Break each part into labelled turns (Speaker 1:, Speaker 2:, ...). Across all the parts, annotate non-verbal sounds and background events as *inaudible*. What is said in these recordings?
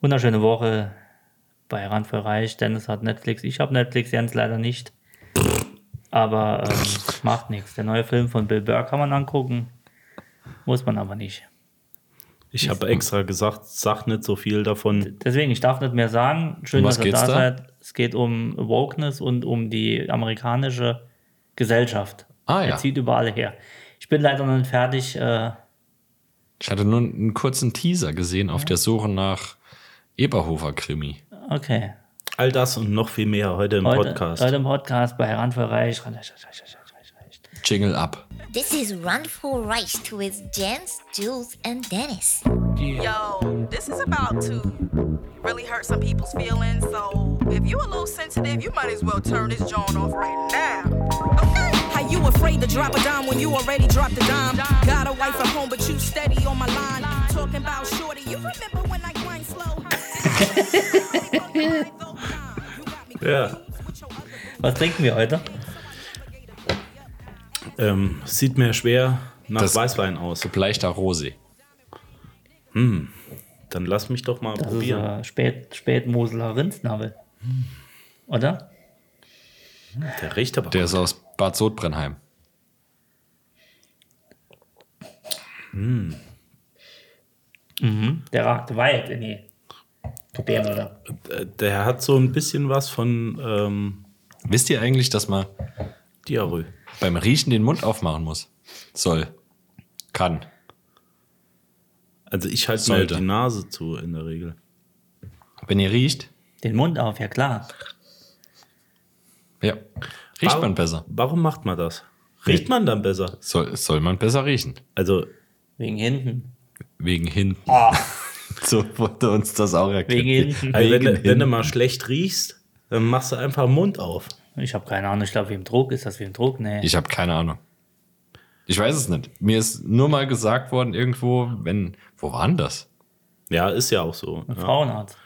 Speaker 1: Wunderschöne Woche bei Randvoll Reich. Dennis hat Netflix. Ich habe Netflix, Jens leider nicht. Aber ähm, macht nichts. Der neue Film von Bill Burr kann man angucken. Muss man aber nicht.
Speaker 2: Ich habe extra gesagt, sag nicht so viel davon.
Speaker 1: Deswegen, ich darf nicht mehr sagen. Schön,
Speaker 3: Um was
Speaker 1: dass ihr
Speaker 3: geht's
Speaker 1: da
Speaker 3: da?
Speaker 1: seid. Es geht um Wokeness und um die amerikanische Gesellschaft.
Speaker 3: Ah, ja.
Speaker 1: Er zieht überall her. Ich bin leider noch nicht fertig. Äh,
Speaker 3: Ich hatte nur einen kurzen Teaser gesehen auf der Suche nach Eberhofer-Krimi.
Speaker 1: okay.
Speaker 2: All das und noch viel mehr heute im Podcast.
Speaker 1: Heute im Podcast bei Randvoll Reich.
Speaker 3: Jingle ab.
Speaker 4: This is Run for Rice with Jens, Jules, and Dennis.
Speaker 5: Yo, this is about to really hurt some people's feelings. So if you a little sensitive, you might as well turn this joint off right now. Okay.
Speaker 6: How you afraid to drop a dime when you already dropped a dime? Got a wife at home, but you steady on my line. Talking about shorty, you remember when I grind slow?
Speaker 2: Ja.
Speaker 1: Was trinken wir heute?
Speaker 2: Ähm, sieht mir schwer nach
Speaker 3: Das-
Speaker 2: Weißwein aus.
Speaker 3: Gebleichter Rosé.
Speaker 2: Dann lass mich doch mal
Speaker 1: Das ist
Speaker 2: probieren.
Speaker 1: äh, Spät, Spätmoseler Rindsnabel. Oder?
Speaker 2: der riecht aber
Speaker 3: Der ist aus Bad Sodbrennheim.
Speaker 1: Der ragt weit in die Gebärden, oder?
Speaker 2: Äh, Der hat so ein bisschen was von ähm,
Speaker 3: Wisst ihr eigentlich, dass man
Speaker 2: Diarrhoe.
Speaker 3: beim Riechen den Mund aufmachen muss? Soll. Kann.
Speaker 2: Also ich halte mir
Speaker 3: Sollte.
Speaker 2: die Nase zu in der Regel.
Speaker 3: Wenn ihr riecht,
Speaker 1: Den Mund auf, ja klar.
Speaker 3: ja, riecht
Speaker 2: Warum-
Speaker 3: man besser.
Speaker 2: Warum macht man das? Riecht man dann besser?
Speaker 3: Soll, soll man besser riechen.
Speaker 2: Also
Speaker 1: Wegen hinten.
Speaker 3: Wegen hinten. *laughs* So wurde uns das auch erklärt.
Speaker 1: Ah. Wegen hinten.
Speaker 2: Also wenn, du- wenn du
Speaker 3: hinten.
Speaker 2: mal schlecht riechst, dann machst du einfach den Mund auf.
Speaker 1: Ich habe keine Ahnung, ich glaube, wie im Druck ist das wie im Druck? Nee.
Speaker 3: Ich habe keine Ahnung. Ich weiß es nicht. Mir ist nur mal gesagt worden, irgendwo, wenn. Wo war denn das?
Speaker 2: Ja, ist ja auch so. Ja.
Speaker 1: Frauenarzt.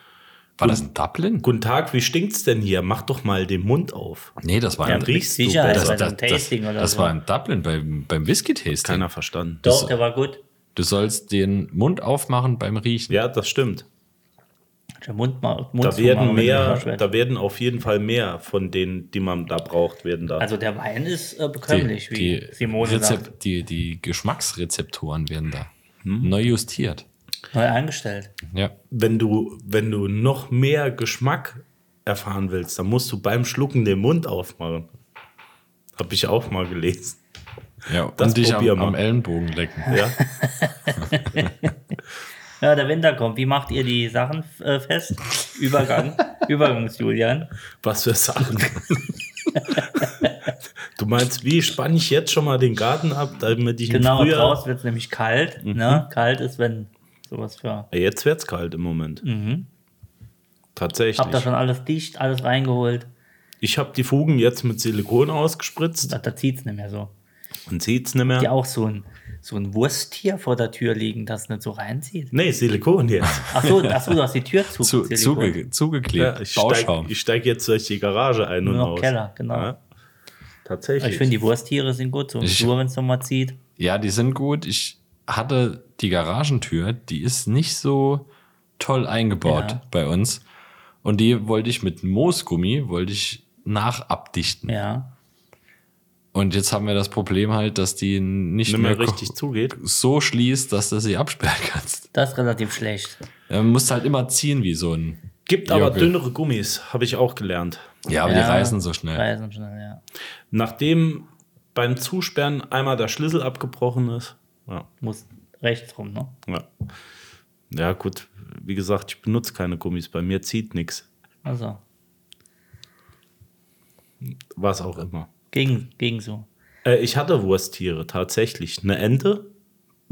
Speaker 3: War das in Dublin?
Speaker 2: Guten Tag, wie stinkt's denn hier? Mach doch mal den Mund auf.
Speaker 3: Nee, das war
Speaker 2: Dann
Speaker 3: in
Speaker 2: riechst du
Speaker 1: Sicherheit.
Speaker 2: besser.
Speaker 1: bei einem Tasting
Speaker 3: das,
Speaker 1: oder
Speaker 3: das
Speaker 1: so.
Speaker 3: war in Dublin beim, beim Whisky-Tasting.
Speaker 2: Keiner verstanden.
Speaker 1: Doch, der war gut.
Speaker 3: Du sollst den Mund aufmachen beim Riechen.
Speaker 2: Ja, das stimmt.
Speaker 1: Der Mund mal. Mund
Speaker 2: Da
Speaker 1: zu
Speaker 2: werden
Speaker 1: machen, wenn du
Speaker 2: mehr,
Speaker 1: Arsch wärst.
Speaker 2: da werden auf jeden Fall mehr von denen, die man da braucht, werden da.
Speaker 1: Also der Wein ist äh, bekömmlich, wie Simone sagt.
Speaker 3: Rezep- die, die Geschmacksrezeptoren werden da
Speaker 2: Hm.
Speaker 3: neu justiert.
Speaker 1: Neu eingestellt.
Speaker 3: Ja.
Speaker 2: wenn du, wenn du noch mehr Geschmack erfahren willst, dann musst du beim Schlucken den Mund aufmachen. Hab ich auch mal
Speaker 1: *laughs*
Speaker 2: gelesen.
Speaker 3: ja und
Speaker 2: Das
Speaker 3: dich am,
Speaker 2: probier mal.
Speaker 3: am Ellenbogen lecken.
Speaker 2: Ja?
Speaker 1: Ja, der Winter kommt. Wie macht ihr die Sachen äh, fest?
Speaker 2: *laughs*
Speaker 1: Übergang. Übergangs-Julian.
Speaker 2: Was für Sachen. *laughs* du meinst, wie spann ich jetzt schon mal den Garten ab, damit ich ihn
Speaker 1: Genau,
Speaker 2: früher...
Speaker 1: draußen wird es nämlich kalt.
Speaker 3: Mhm.
Speaker 1: Ne? Kalt ist, wenn sowas für.
Speaker 2: Ja, Ah, Jetzt wird's kalt im Moment. Tatsächlich.
Speaker 1: Mhm. Habt ihr schon alles dicht, alles reingeholt?
Speaker 2: ich habe die Fugen jetzt mit Silikon ausgespritzt.
Speaker 1: Da, da zieht es nicht mehr so.
Speaker 2: Man sieht's nicht mehr.
Speaker 1: Ja, auch so ein, so ein Wursttier vor der Tür liegen, das nicht so reinzieht.
Speaker 2: Nee, Silikon jetzt. *laughs*
Speaker 1: Ach so, ach so du hast die Tür zu.
Speaker 3: *laughs* Zu,
Speaker 1: Silikon.
Speaker 3: zuge, zugeklebt.
Speaker 2: Ja, ich
Speaker 3: Bauschaum.
Speaker 2: steige steig jetzt durch die Garage ein und
Speaker 1: Nur noch
Speaker 2: aus.
Speaker 1: Keller, genau.
Speaker 2: Ja. Tatsächlich.
Speaker 1: Ich finde, die Wursttiere sind gut, so im
Speaker 3: Ich-
Speaker 1: Flur, wenn es nochmal zieht.
Speaker 3: Ja, die sind gut. Ich hatte die Garagentür, die ist nicht so toll eingebaut
Speaker 1: Ja.
Speaker 3: bei uns. Und die wollte ich mit Moosgummi, wollte ich nachabdichten.
Speaker 1: Ja.
Speaker 3: Und jetzt haben wir das Problem halt, dass die nicht
Speaker 2: nicht mehr
Speaker 3: mehr, ko-
Speaker 2: richtig zugeht.
Speaker 3: so schließt, dass du sie absperren *laughs* kannst.
Speaker 1: Das ist relativ schlecht.
Speaker 3: Man muss halt immer ziehen wie so ein.
Speaker 2: Gibt aber
Speaker 3: Jogge.
Speaker 2: dünnere Gummis, habe ich auch gelernt.
Speaker 3: Ja, aber die
Speaker 1: Ja.
Speaker 3: reißen so schnell.
Speaker 1: Reisen schnell, ja.
Speaker 2: Nachdem beim Zusperren einmal der Schlüssel abgebrochen ist. Ja,
Speaker 1: Muss rechts rum, ne?
Speaker 2: ja. ja gut, wie gesagt, ich benutze keine Gummis. Bei mir zieht nichts.
Speaker 1: Also,
Speaker 2: Was auch immer.
Speaker 1: gegen, gegen so.
Speaker 2: Äh, ich hatte Wursttiere tatsächlich. Eine Ente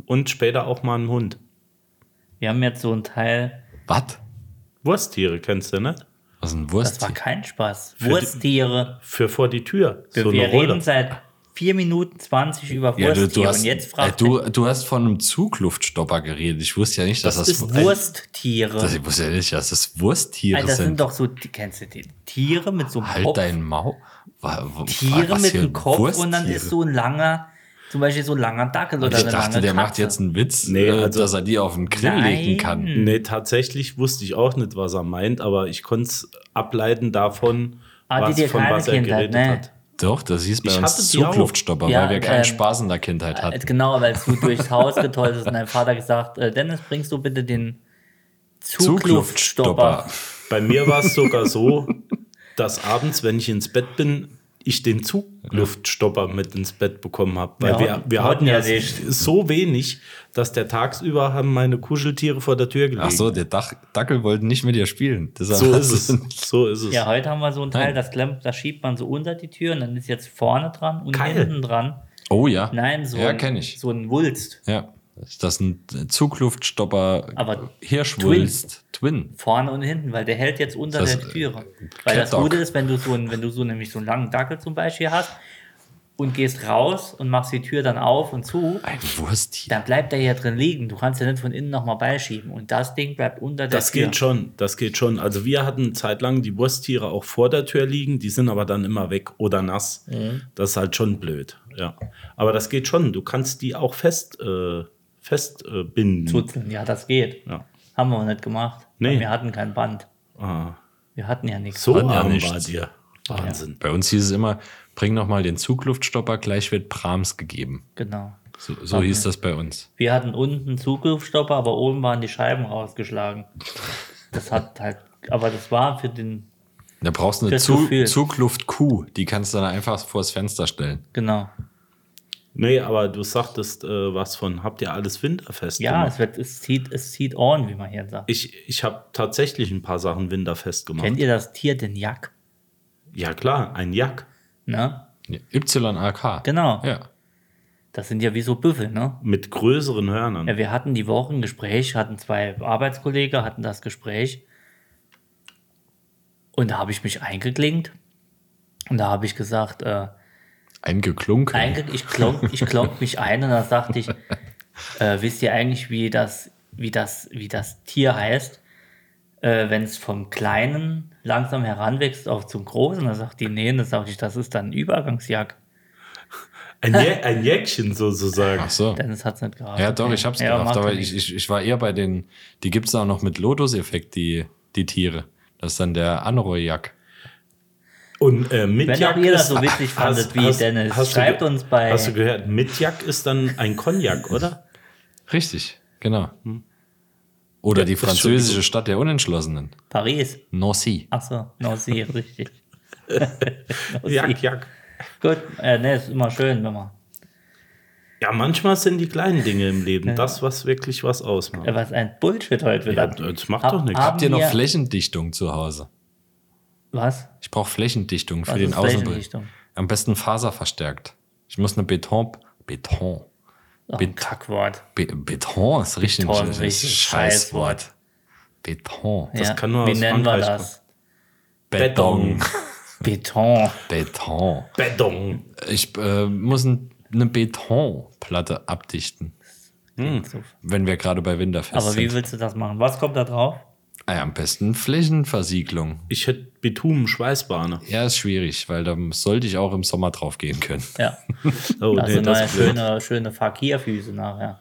Speaker 2: und später auch mal einen Hund.
Speaker 1: Wir haben jetzt so einen Teil,
Speaker 3: Was?
Speaker 2: Wursttiere kennst du, ne?
Speaker 3: Was ist ein
Speaker 1: das war
Speaker 3: Wursttier?
Speaker 1: kein Spaß. Wursttiere.
Speaker 2: Für vor die Tür.
Speaker 1: Wir,
Speaker 2: So
Speaker 1: wir
Speaker 2: eine
Speaker 1: reden
Speaker 2: Rolle.
Speaker 1: seit 4 Minuten 20 über
Speaker 3: Ja, du,
Speaker 1: Wursttiere.
Speaker 3: du, hast,
Speaker 1: Und jetzt
Speaker 3: äh,
Speaker 1: fragt
Speaker 3: du, du hast von einem Zugluftstopper geredet. Ich wusste ja nicht, dass das,
Speaker 1: das ist Wursttiere.
Speaker 3: Das, ich wusste ja nicht, dass das Wursttiere
Speaker 1: Alter, das sind
Speaker 3: sind.
Speaker 1: doch so, die- kennst du die Tiere mit so einem
Speaker 3: halt
Speaker 1: Kopf?
Speaker 3: dein Maul. Wa- wa-
Speaker 1: Tiere
Speaker 3: was
Speaker 1: mit
Speaker 3: für
Speaker 1: einem Kopf und dann
Speaker 3: Wursttiere?
Speaker 1: ist so ein langer, Zum Beispiel so ein langer Dackel oder
Speaker 3: Ich
Speaker 1: eine
Speaker 3: dachte,
Speaker 1: lange
Speaker 3: der macht
Speaker 1: Katze.
Speaker 3: jetzt einen Witz,
Speaker 2: Nee,
Speaker 3: äh,
Speaker 2: also-
Speaker 3: dass er die auf den Grill
Speaker 1: Nein.
Speaker 3: legen kann.
Speaker 1: Hm.
Speaker 2: Nee, tatsächlich wusste ich auch nicht, was er meint, aber ich konnte es ableiten davon,
Speaker 1: Ah, die
Speaker 2: was,
Speaker 1: dir
Speaker 2: von
Speaker 1: keine
Speaker 2: was er
Speaker 1: Kindheit,
Speaker 2: geredet
Speaker 1: ne?
Speaker 2: hat.
Speaker 3: Doch, das hieß bei
Speaker 2: Ich hatte
Speaker 3: uns
Speaker 2: die
Speaker 3: Zugluftstopper,
Speaker 1: Ja,
Speaker 3: weil wir keinen
Speaker 1: ähm,
Speaker 3: Spaß in der Kindheit
Speaker 1: Äh,
Speaker 3: hatten.
Speaker 1: Genau, weil es gut durchs Haus getollt ist und dein Vater gesagt, äh, Dennis, bringst du bitte den Zugluftstopper.
Speaker 3: Zugluftstopper.
Speaker 2: Bei mir war es sogar so, dass abends, wenn ich ins Bett bin, ich den Zugluftstopper mit ins Bett bekommen habe. Weil
Speaker 1: Ja,
Speaker 2: wir, wir hatten
Speaker 1: hatten
Speaker 2: ja
Speaker 1: ja nicht.
Speaker 2: so wenig, dass der tagsüber haben meine Kuscheltiere vor der Tür gelegen.
Speaker 3: Ach so, der Dach Dackel wollte nicht mit dir spielen. Deshalb
Speaker 2: so
Speaker 3: hast
Speaker 2: ist es.
Speaker 3: du-
Speaker 2: So ist es.
Speaker 1: Ja, heute haben wir so ein Teil,
Speaker 3: Nein.
Speaker 1: das klemmt, das schiebt man so unter die Tür und dann ist jetzt vorne dran und
Speaker 2: Keil.
Speaker 1: hinten dran.
Speaker 3: Oh ja.
Speaker 1: Nein, so,
Speaker 3: Ja,
Speaker 1: ein-
Speaker 3: kenne ich.
Speaker 1: so ein Wulst.
Speaker 3: Ja. Ist das ein Zugluftstopper
Speaker 1: Aber
Speaker 3: Hirschwulst? Twin.
Speaker 1: Vorne und hinten, weil der hält jetzt unter
Speaker 3: Das,
Speaker 2: äh,
Speaker 1: der Türe.
Speaker 3: Cat
Speaker 1: Weil das
Speaker 3: Dog.
Speaker 1: Gute ist, wenn du so einen, wenn du so nämlich so einen langen Dackel zum Beispiel hast und gehst raus und machst die Tür dann auf und zu,
Speaker 3: Ein Wursttier.
Speaker 1: dann bleibt der hier drin liegen. Du kannst ja nicht von innen nochmal beischieben. Und das Ding bleibt unter der
Speaker 2: Das
Speaker 1: Tür.
Speaker 2: geht schon, das geht schon. Also wir hatten zeitlang die Wursttiere auch vor der Tür liegen, die sind aber dann immer weg oder nass.
Speaker 1: Mhm.
Speaker 2: Das ist halt schon blöd. Ja, aber das geht schon. Du kannst die auch fest äh, festbinden. Äh, binden.
Speaker 1: Zuzeln. Ja, das geht.
Speaker 2: ja.
Speaker 1: Haben wir nicht gemacht.
Speaker 2: Nee.
Speaker 1: Weil Wir hatten kein Band.
Speaker 2: ah,
Speaker 1: Wir hatten ja nichts.
Speaker 2: so
Speaker 3: Kann ja
Speaker 2: arm
Speaker 3: nichts.
Speaker 2: war dir. Wahnsinn.
Speaker 3: Bei uns hieß es immer, bring noch mal den Zugluftstopper, gleich wird Brahms gegeben.
Speaker 1: Genau.
Speaker 3: So, so hieß das bei uns.
Speaker 1: Wir hatten unten Zugriffsstopper, aber oben waren die Scheiben rausgeschlagen. Das hat halt, aber das war für den,
Speaker 3: Da brauchst du eine
Speaker 1: Das
Speaker 3: Zug,
Speaker 1: Gefühl.
Speaker 3: Zugluftkuh, die kannst du dann einfach vors Fenster stellen.
Speaker 1: genau.
Speaker 2: Nee, aber du sagtest äh, was von, habt ihr alles winterfest
Speaker 1: Ja,
Speaker 2: gemacht?
Speaker 1: es, wird, es, zieht, es zieht on, wie man hier sagt.
Speaker 2: Ich, ich habe tatsächlich ein paar Sachen winterfest gemacht.
Speaker 1: Kennt ihr das Tier, den Jack?
Speaker 2: Ja klar, ein Jack
Speaker 1: Ne?
Speaker 3: YAK.
Speaker 1: Genau.
Speaker 3: Ja.
Speaker 1: Das sind ja wie so Büffel, ne?
Speaker 2: mit größeren Hörnern.
Speaker 1: Ja, wir hatten die Woche ein Gespräch, hatten zwei Arbeitskollegen, hatten das Gespräch. Und da habe ich mich eingeklinkt. Und da habe ich gesagt, äh,
Speaker 3: Eingeklunken.
Speaker 1: einge ich, klonk, ich klonk mich ein und dann sagte ich, äh, wisst ihr eigentlich, wie das, wie das, wie das Tier heißt, äh, wenn es vom Kleinen langsam heranwächst auf zum Großen? Dann sagt die, nee, und dann sage ich, das ist dann ein Übergangsjagd.
Speaker 2: Ein, Jä ein Jäckchen sozusagen.
Speaker 1: *laughs*
Speaker 3: Ach so.
Speaker 1: Dennis hat es nicht gerafft.
Speaker 3: Ja, doch, ich hab's
Speaker 1: Ja,
Speaker 3: gerafft,
Speaker 1: macht
Speaker 3: aber
Speaker 1: ja
Speaker 3: ich,
Speaker 1: nichts.
Speaker 3: ich, ich war eher bei den, die gibt's auch noch mit Lotus-Effekt, die, die Tiere. Das ist dann der Anorak.
Speaker 2: Und äh, mit
Speaker 1: Wenn
Speaker 2: Jack
Speaker 1: auch ihr das
Speaker 2: ist,
Speaker 1: so witzig fandet wie Dennis,
Speaker 2: du
Speaker 1: schreibt
Speaker 2: ge-
Speaker 1: uns bei-
Speaker 2: Hast du gehört, mit Jack ist dann
Speaker 1: *laughs*
Speaker 2: ein Cognac, oder?
Speaker 3: Richtig, genau.
Speaker 1: Hm.
Speaker 3: Oder
Speaker 2: das
Speaker 3: die
Speaker 2: ist schon
Speaker 3: französische Stadt der Unentschlossenen.
Speaker 1: Paris.
Speaker 3: Nancy.
Speaker 1: Achso,
Speaker 3: *laughs*
Speaker 1: Nancy,
Speaker 2: *laughs*
Speaker 1: richtig.
Speaker 2: Jack, Jack.
Speaker 1: Gut, äh, ne, ist immer schön, wenn man
Speaker 2: Ja, manchmal sind die kleinen Dinge im Leben das, was wirklich was ausmacht.
Speaker 1: äh, was ein Bullshit heute wieder.
Speaker 2: Ja, das macht doch nichts.
Speaker 1: haben
Speaker 3: Habt ihr noch
Speaker 1: wir-
Speaker 3: Flächendichtung zu Hause?
Speaker 1: Was?
Speaker 3: Ich brauche Flächendichtung für
Speaker 1: Was
Speaker 3: den
Speaker 1: ist
Speaker 3: Außenbereich.
Speaker 1: Flächendichtung?
Speaker 3: Am besten faserverstärkt. Ich muss eine Beton. Beton.
Speaker 1: Ach,
Speaker 3: Bit-
Speaker 1: ein Kackwort.
Speaker 3: Be Beton ist richtig
Speaker 1: Beton,
Speaker 3: das ist
Speaker 1: richtig
Speaker 3: Scheißwort. Beton.
Speaker 1: Das
Speaker 2: kann nur
Speaker 1: Wie
Speaker 2: aus
Speaker 1: nennen wir
Speaker 2: Frankreich
Speaker 1: das?
Speaker 2: Beton.
Speaker 3: Beton.
Speaker 1: Beton.
Speaker 3: Beton.
Speaker 2: Beton.
Speaker 3: Ich äh, muss ein, eine Betonplatte abdichten, wenn wir gerade bei Winterfest
Speaker 1: Hm. Aber wie
Speaker 3: sind.
Speaker 1: willst du das machen? Was kommt da drauf?
Speaker 3: Ah, ja, am besten Flächenversiegelung.
Speaker 2: Ich hätte Bitumen, Schweißbahne.
Speaker 3: Ja, ist schwierig, weil da sollte ich auch im Sommer drauf gehen können.
Speaker 1: Ja.
Speaker 2: Oh,
Speaker 1: Also
Speaker 2: nee, das
Speaker 1: neue
Speaker 2: ist blöd.
Speaker 1: schöne, schöne Fakir-Füße nachher.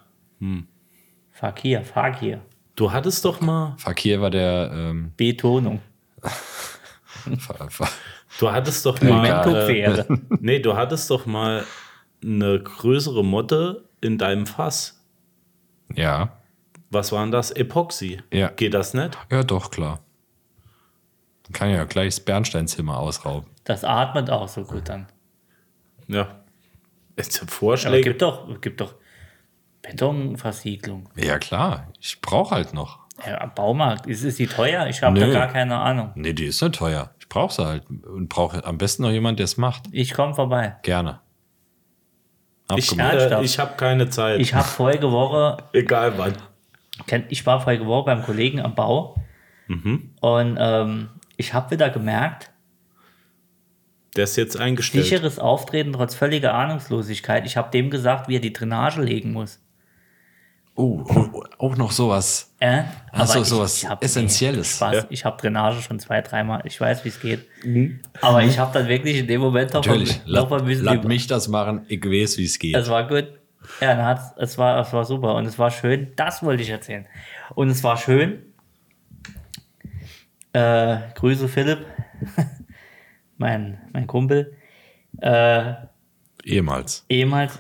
Speaker 1: Fakir, Fakir.
Speaker 2: Du hattest doch mal,
Speaker 3: Fakir war der ähm,
Speaker 1: Betonung.
Speaker 3: Fa- Fa-
Speaker 2: du hattest doch
Speaker 3: egal.
Speaker 2: mal, äh,
Speaker 1: Tupferde.
Speaker 2: *laughs* nee, du hattest doch mal eine größere Motte in deinem Fass.
Speaker 3: Ja.
Speaker 2: Was war denn das? Epoxy.
Speaker 3: Ja.
Speaker 2: Geht das nicht?
Speaker 3: Ja, doch, klar. Kann ja gleich das Bernsteinzimmer ausrauben.
Speaker 1: Das atmet auch so gut dann.
Speaker 2: Ja. Es sind
Speaker 1: Aber
Speaker 2: Vorschläge.
Speaker 1: gibt doch, gibt doch Betonversiegelung.
Speaker 3: Ja, klar. Ich brauche halt noch.
Speaker 1: Ja, am Baumarkt, ist, ist die teuer? Ich habe da
Speaker 3: Nö.
Speaker 1: gar keine Ahnung.
Speaker 3: Nee, die ist nicht teuer. Ich brauche sie halt. Und brauche am besten noch jemand, der es macht.
Speaker 1: Ich komme vorbei.
Speaker 3: Gerne.
Speaker 2: ich
Speaker 3: Abgemacht.
Speaker 2: äh,
Speaker 1: Ernsthaft?
Speaker 2: ich habe keine Zeit.
Speaker 1: Ich habe vorige Woche
Speaker 2: Egal wann.
Speaker 1: kennt, ich war vorige Woche beim Kollegen am Bau und ähm, ich habe wieder gemerkt,
Speaker 2: Der ist jetzt eingestellt.
Speaker 1: sicheres Auftreten trotz völliger Ahnungslosigkeit. Ich habe dem gesagt, wie er die Drainage legen muss.
Speaker 3: Oh, oh, oh, auch noch sowas.
Speaker 1: Äh?
Speaker 3: Ach so,
Speaker 1: Aber ich-
Speaker 3: sowas
Speaker 1: ich hab-
Speaker 3: Essentielles.
Speaker 1: Spaß.
Speaker 2: Ja.
Speaker 1: Ich habe Drainage schon zwei, dreimal. Ich weiß, wie es geht. Aber ich habe dann wirklich in dem Moment doch
Speaker 3: Hm? Natürlich.
Speaker 1: noch mal
Speaker 3: Lass
Speaker 1: ein bisschen
Speaker 3: lass
Speaker 1: über-
Speaker 3: mich das machen. Ich weiß, wie es geht.
Speaker 1: Es war gut. Ja, dann hat's, es, war, es war super und es war schön. Das wollte ich erzählen. Und es war schön. Äh, Grüße Philipp, *laughs* mein, mein Kumpel. Äh,
Speaker 3: Ehemals.
Speaker 1: ehemals.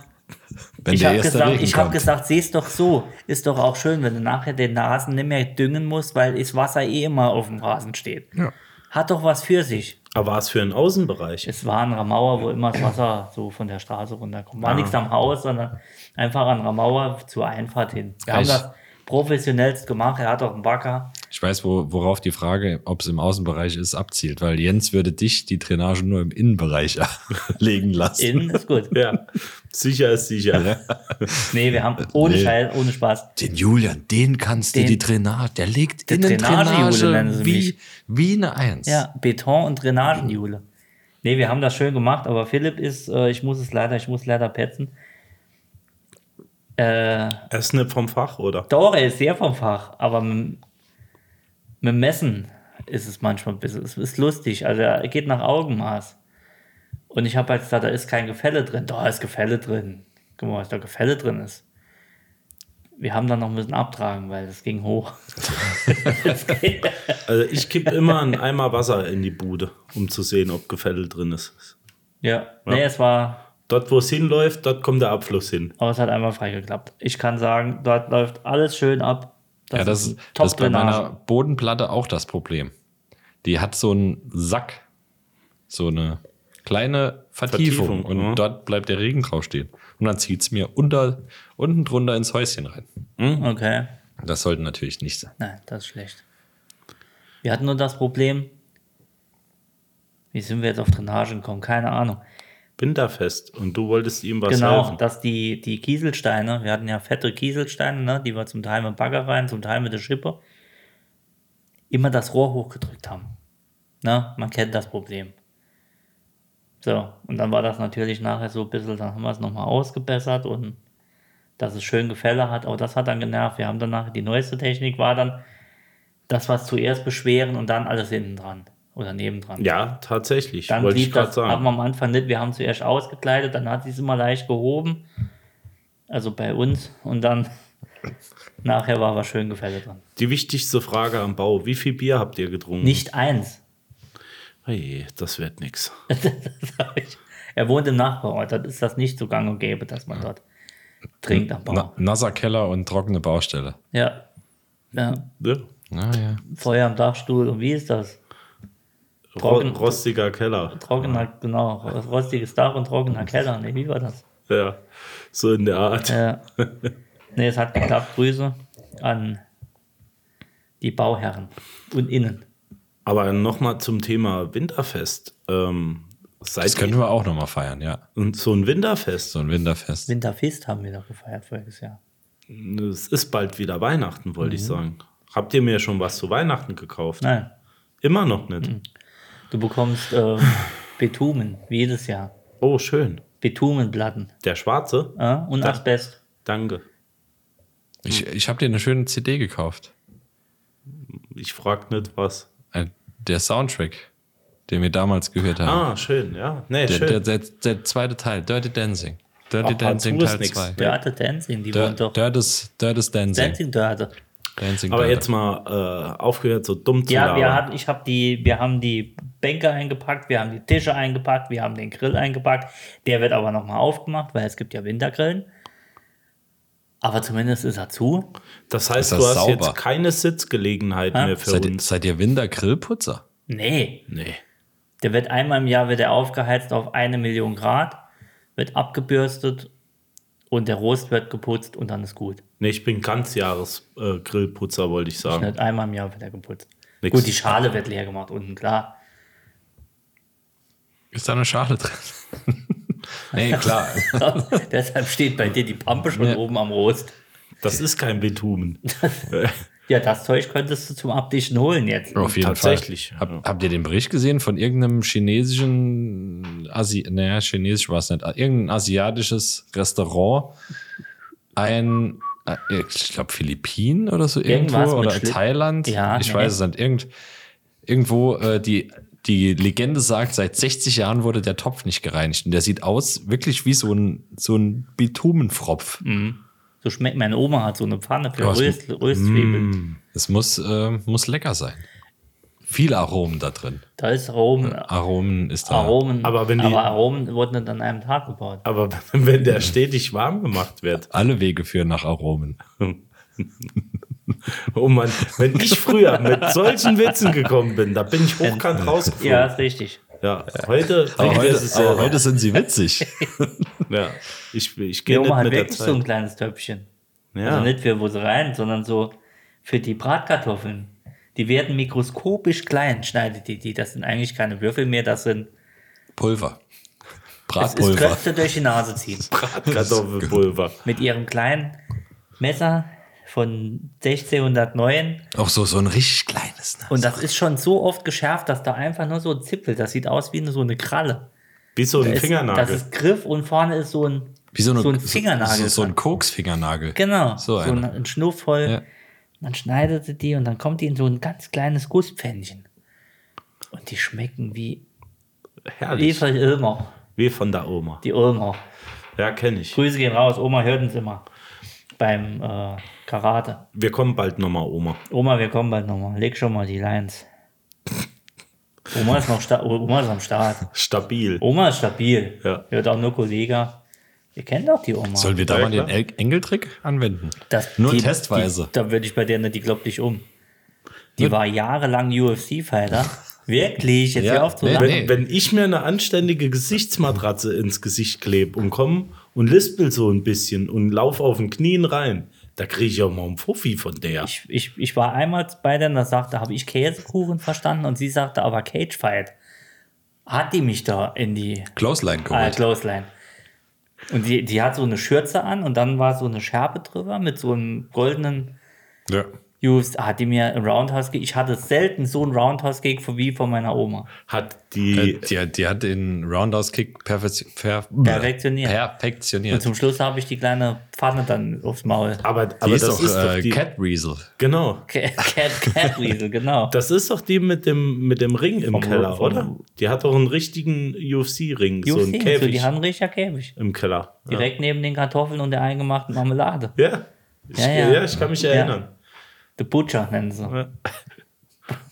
Speaker 3: Wenn
Speaker 1: ich
Speaker 3: der
Speaker 1: habe
Speaker 3: erste
Speaker 1: gesagt,
Speaker 3: Regen
Speaker 1: ich hab
Speaker 3: kommt.
Speaker 1: gesagt sieh's doch so. Ist doch auch schön, wenn du nachher den Rasen nicht mehr düngen musst, weil das Wasser eh immer auf dem Rasen steht.
Speaker 3: Ja.
Speaker 1: Hat doch was für sich.
Speaker 2: Aber war es für einen Außenbereich?
Speaker 1: Es war an Ramauer, wo immer das Wasser so von der Straße runterkommt. War nichts am Haus, sondern einfach an Ramauer zur Einfahrt hin. Wir
Speaker 3: Ja,
Speaker 1: haben
Speaker 3: ich-
Speaker 1: das professionellst gemacht. Er hat auch einen Bagger.
Speaker 3: Ich weiß, wo, worauf die Frage, ob es im Außenbereich ist, abzielt, weil Jens würde dich die Drainage nur im Innenbereich *laughs* legen lassen.
Speaker 1: Innen ist gut.
Speaker 2: Ja, sicher ist sicher. ne?
Speaker 1: *laughs* Nee, wir haben ohne
Speaker 3: Nee.
Speaker 1: Scheiß, ohne Spaß.
Speaker 3: Den Julian, den kannst
Speaker 1: Den-
Speaker 3: du die Drainage, der legt
Speaker 1: Der
Speaker 3: in den
Speaker 1: Drainage-Jule nennen
Speaker 3: Drainage
Speaker 1: sie
Speaker 3: wie,
Speaker 1: mich.
Speaker 3: wie eine Eins.
Speaker 1: Ja, Mhm. Beton und Drainagenjule. Nee, wir haben das schön gemacht, aber Philipp ist, äh, ich muss es leider, ich muss leider petzen. Äh,
Speaker 2: Er ist nicht vom Fach, oder?
Speaker 1: Dore ist sehr vom Fach, aber mit, mit dem Messen ist es manchmal ein bisschen, es ist lustig, also er geht nach Augenmaß. Und ich habe halt gesagt, da ist kein Gefälle drin. Da ist Gefälle drin. Guck mal, was da Gefälle drin ist. Wir haben dann noch ein bisschen abtragen, weil es ging hoch. Es geht-
Speaker 2: Also ich kipp immer einen Eimer Wasser in die Bude, um zu sehen, ob Gefälle drin ist.
Speaker 1: ja. nee, es war,
Speaker 2: Dort, wo es hinläuft, dort kommt der Abfluss hin.
Speaker 1: aber es hat einmal frei geklappt. Ich kann sagen, dort läuft alles schön ab. Das,
Speaker 3: ja, das,
Speaker 1: ist
Speaker 3: ist-
Speaker 1: eine
Speaker 3: das ist bei
Speaker 1: Top-Drainage.
Speaker 3: meiner Bodenplatte auch das Problem. Die hat so einen Sack, so eine kleine Vertiefung,
Speaker 2: Vertiefung,
Speaker 3: und
Speaker 2: ja.
Speaker 3: dort bleibt der Regen drauf stehen. Und dann zieht es mir unter, unten drunter ins Häuschen rein.
Speaker 1: Hm?
Speaker 3: Hm?
Speaker 1: Okay.
Speaker 3: Das sollte natürlich nicht sein.
Speaker 1: Nein, das ist schlecht. Wir hatten nur das Problem, wie sind wir jetzt auf Drainagen gekommen? Keine Ahnung.
Speaker 2: Winterfest. Und du wolltest ihm was
Speaker 1: genau,
Speaker 2: helfen.
Speaker 1: dass die, die Kieselsteine, wir hatten ja fette Kieselsteine, ne, die wir zum Teil mit dem Bagger rein, zum Teil mit der Schippe, immer das Rohr hochgedrückt haben. Ne, man kennt das Problem. So, und dann war das natürlich nachher so ein bisschen, dann haben wir es nochmal ausgebessert und dass es schön Gefälle hat, aber das hat dann genervt. Wir haben dann nachher die neueste Technik war dann, das was zuerst beschweren und dann alles hinten dran oder nebendran.
Speaker 2: Ja, tatsächlich.
Speaker 1: Dann
Speaker 2: Wollte ich
Speaker 1: blieb
Speaker 2: gerade
Speaker 1: das, haben wir
Speaker 2: sagen.
Speaker 1: am Anfang nicht. Wir haben zuerst ausgekleidet, dann hat sie es immer leicht gehoben. Also bei uns. Und dann *laughs* nachher war aber schön Gefälle dran.
Speaker 2: Die wichtigste Frage am Bau: Wie viel Bier habt ihr getrunken?
Speaker 1: Nicht eins. *laughs*
Speaker 2: Hey, das wird nix.
Speaker 1: Das hab ich. Er wohnt im Nachbarort. Dann ist das nicht so gang und gäbe, dass man dort trinkt am Bau.
Speaker 3: Na, nasser Keller und trockene Baustelle.
Speaker 1: Ja. ja.
Speaker 2: Ah, Ja.
Speaker 3: Naja.
Speaker 1: Feuer am Dachstuhl. Und wie ist das?
Speaker 2: Ro
Speaker 1: Trocken.
Speaker 2: rostiger Keller.
Speaker 1: Trockener, genau. Rostiges Dach und trockener Keller. Nee, wie war das?
Speaker 2: Ja, so in der Art.
Speaker 1: Ja. Nee, es hat geklappt. Grüße an die Bauherren und innen.
Speaker 2: Aber nochmal zum Thema Winterfest. Ähm, seid
Speaker 3: Das könnten wir auch nochmal feiern, ja.
Speaker 2: und so ein Winterfest.
Speaker 3: So ein Winterfest.
Speaker 1: Winterfest haben wir doch gefeiert voriges Jahr.
Speaker 2: Es ist bald wieder Weihnachten, wollte
Speaker 3: Mhm.
Speaker 2: ich sagen. Habt ihr mir schon was zu Weihnachten gekauft?
Speaker 1: Nein,
Speaker 2: Immer noch nicht.
Speaker 3: Mhm.
Speaker 1: du bekommst äh, Betumen, wie jedes Jahr.
Speaker 2: Oh, schön.
Speaker 1: Betumenplatten
Speaker 2: Der Schwarze?
Speaker 1: äh? und Asbest.
Speaker 2: Danke.
Speaker 3: Ich, ich habe dir eine schöne CD gekauft.
Speaker 2: Ich frag nicht was.
Speaker 3: Äh, Der Soundtrack, den wir damals gehört haben.
Speaker 2: Ah, schön, ja. Nee,
Speaker 3: der,
Speaker 2: schön.
Speaker 3: der, der, der zweite Teil, Dirty Dancing. Dirty
Speaker 2: Ach,
Speaker 3: Dancing
Speaker 2: dazu ist
Speaker 3: Teil
Speaker 2: nix.
Speaker 3: 2.
Speaker 1: Dörte Dancing, die wohnt doch.
Speaker 3: Dirtes, Dirtes Dancing.
Speaker 1: Dancing Dörte.
Speaker 3: Dancing
Speaker 2: Aber
Speaker 3: Dirty.
Speaker 2: jetzt mal äh, aufgehört, so dumm zu
Speaker 1: Ja,
Speaker 2: labern.
Speaker 1: wir hatten, ich habe die, wir haben die Bänke eingepackt, wir haben die Tische eingepackt, wir haben den Grill eingepackt. Der wird aber nochmal aufgemacht, weil es gibt ja Wintergrillen. Aber zumindest ist er zu.
Speaker 2: Das heißt,
Speaker 3: Ist das
Speaker 2: du hast
Speaker 3: sauber?
Speaker 2: jetzt keine Sitzgelegenheit mehr für
Speaker 3: Seid, ihr-
Speaker 2: uns.
Speaker 3: seid ihr Wintergrillputzer?
Speaker 1: Nee,
Speaker 2: Nee.
Speaker 1: der wird einmal im Jahr wird er aufgeheizt auf eine Million Grad, wird abgebürstet und der Rost wird geputzt und dann ist gut.
Speaker 2: Nee, ich bin ganzjahres äh, Grillputzer, wollte ich sagen.
Speaker 1: Nicht einmal im Jahr wird er geputzt.
Speaker 2: Nix.
Speaker 1: Gut, die Schale wird leer gemacht unten,
Speaker 3: *laughs*
Speaker 1: klar. *laughs*
Speaker 3: Ist da eine Schale drin? *laughs* nee, klar.
Speaker 1: Deshalb steht bei dir die Pampe schon
Speaker 3: Ja.
Speaker 1: oben am Rost.
Speaker 2: Das ist kein
Speaker 3: *laughs*
Speaker 2: Bitumen.
Speaker 1: Ja, das Zeug könntest du zum Abdichten holen jetzt.
Speaker 3: Auf jeden
Speaker 2: Tatsächlich,
Speaker 3: Fall. Hab,
Speaker 2: ja.
Speaker 3: Habt ihr den Bericht gesehen von irgendeinem chinesischen, Asi äh, naja, chinesisch war es nicht, irgendein asiatisches Restaurant? Ein äh, ich glaube, Philippinen oder so irgendwo
Speaker 1: Irgendwas mit
Speaker 3: oder
Speaker 1: Schli-
Speaker 3: Thailand.
Speaker 1: Ja,
Speaker 3: ich
Speaker 1: nee.
Speaker 3: weiß es nicht. Irgend, irgendwo äh, die, die Legende sagt, seit 60 Jahren wurde der Topf nicht gereinigt. Und der sieht aus wirklich wie so ein, so ein Bitumenfropf.
Speaker 1: Mhm. So schmeckt meine Oma hat so eine Pfanne für
Speaker 3: Ja, Mm. was-
Speaker 1: Röst, Röstzwiebeln.
Speaker 3: Es muss, äh, muss lecker sein. Viel Aromen da drin.
Speaker 1: Da ist Aromen.
Speaker 3: Aromen ist da.
Speaker 1: Aromen.
Speaker 2: Aber wenn die-
Speaker 1: Aromen wurden nicht an einem Tag gebaut.
Speaker 2: Aber *laughs* wenn der stetig warm gemacht wird,
Speaker 3: Alle Wege führen nach Aromen.
Speaker 2: oh Mann, wenn ich früher mit solchen Witzen gekommen bin, da bin ich hochkant rausgeflogen.
Speaker 1: Ja, ist richtig.
Speaker 2: Ja, heute,
Speaker 3: Aber heute,
Speaker 2: es
Speaker 3: aber
Speaker 2: selber.
Speaker 3: heute sind
Speaker 1: *laughs*
Speaker 3: sie witzig.
Speaker 2: ja, ich, ich
Speaker 1: Die
Speaker 2: gehe nicht
Speaker 1: Oma hat
Speaker 2: mit der
Speaker 1: wirklich so ein
Speaker 2: Zeit.
Speaker 1: kleines Töpfchen.
Speaker 2: Ja.
Speaker 1: Also nicht für wo sie rein, sondern so für die Bratkartoffeln. Die werden mikroskopisch klein, schneidet die die. Das sind eigentlich keine Würfel mehr, das sind
Speaker 3: Pulver.
Speaker 1: das ist
Speaker 3: Bratpulver.
Speaker 1: Köpfe durch die Nase ziehen.
Speaker 2: Kartoffelpulver.
Speaker 1: Mit ihrem kleinen Messer von 1609.
Speaker 3: Auch so, so ein richtig kleines. Ne?
Speaker 1: Und das ist schon so oft geschärft, dass da einfach nur so ein Zipfel, das sieht aus wie eine- so eine Kralle.
Speaker 2: Wie so ein
Speaker 1: Da ist- Das
Speaker 2: Fingernagel.
Speaker 1: ist Griff und vorne ist so ein,
Speaker 3: Wie so, eine,
Speaker 1: so ein Fingernagel.
Speaker 3: So, so ein
Speaker 1: dran.
Speaker 3: Koksfingernagel.
Speaker 1: genau,
Speaker 3: So
Speaker 1: so, ein,
Speaker 3: einer.
Speaker 1: ein Schnuff voll.
Speaker 3: Ja.
Speaker 1: Dann schneidet sie die und dann kommt die in so ein ganz kleines Gusspfännchen. Und die schmecken wie
Speaker 2: Herrlich.
Speaker 1: Eva Ilmer,
Speaker 2: Wie von der Oma.
Speaker 1: die Ilmer.
Speaker 2: Ja, kenne ich.
Speaker 1: Grüße gehen raus, Oma hört uns immer beim äh, Karate.
Speaker 2: Wir kommen bald nochmal, Oma.
Speaker 1: Oma, wir kommen bald nochmal. Leg schon mal die Lines. Oma ist noch sta Oma ist am Start.
Speaker 2: Stabil.
Speaker 1: Oma ist stabil.
Speaker 2: Ja.
Speaker 1: Hört auch nur Kollege. Ihr kennt doch die Oma.
Speaker 3: Sollen wir da
Speaker 2: Ja,
Speaker 3: mal den
Speaker 2: klar.
Speaker 3: El- Engeltrick anwenden?
Speaker 1: Das-
Speaker 3: Nur
Speaker 1: die-
Speaker 3: testweise.
Speaker 1: Die, da würde ich bei der nicht, die glaubt nicht um. Die war jahrelang
Speaker 3: *laughs*
Speaker 1: UFC-Fighter. Wirklich, jetzt
Speaker 3: Ja,
Speaker 1: hör auf zu
Speaker 3: nee,
Speaker 1: lachen.
Speaker 2: Wenn,
Speaker 3: nee.
Speaker 2: wenn ich mir eine anständige Gesichtsmatratze ins Gesicht klebe und komme und lispel so ein bisschen und lauf auf den Knien rein, da kriege ich auch mal einen Fuffi von der.
Speaker 1: Ich, ich, ich war einmal bei der und da sagte, habe ich Käsekuchen verstanden und sie sagte, aber Cagefight. Hat die mich da in die
Speaker 3: Clothesline
Speaker 1: äh,
Speaker 3: geholt.
Speaker 1: Clothesline. Und die, die hat so eine Schürze an und dann war so eine Schärpe drüber mit so einem goldenen
Speaker 3: ja.
Speaker 1: UFC. Ah, Hat die mir einen Roundhouse Kick. Ich hatte selten so einen Roundhouse Kick wie von meiner Oma.
Speaker 2: Hat die.
Speaker 3: Äh, Die, hat- die hat den Roundhouse-Kick perfektioniert. Per
Speaker 1: Perfektioniert. Und
Speaker 3: perfektioniert.
Speaker 1: zum Schluss habe ich die kleine Pfanne dann aufs Maul.
Speaker 2: aber
Speaker 3: Die
Speaker 2: aber
Speaker 3: ist
Speaker 2: das
Speaker 3: doch,
Speaker 2: ist doch
Speaker 3: äh,
Speaker 2: die.
Speaker 3: Cat Weasel.
Speaker 2: genau.
Speaker 1: Cat, Cat, Catwiesel, genau.
Speaker 2: Das ist doch die mit dem, mit dem Ring im
Speaker 1: Vom-
Speaker 2: Keller,
Speaker 1: vom-
Speaker 2: oder? Die hat doch einen richtigen UFC-Ring, so
Speaker 1: UFC,
Speaker 2: einen
Speaker 1: so
Speaker 2: Käfig
Speaker 1: die haben richtig Käfig.
Speaker 2: im Keller. Ja.
Speaker 1: Direkt neben den Kartoffeln und der eingemachten Marmelade.
Speaker 2: Ja. Ich,
Speaker 1: Ja,
Speaker 2: ja,
Speaker 1: ja.
Speaker 2: ich kann mich erinnern.
Speaker 1: The Butcher nennen sie.
Speaker 2: Ja.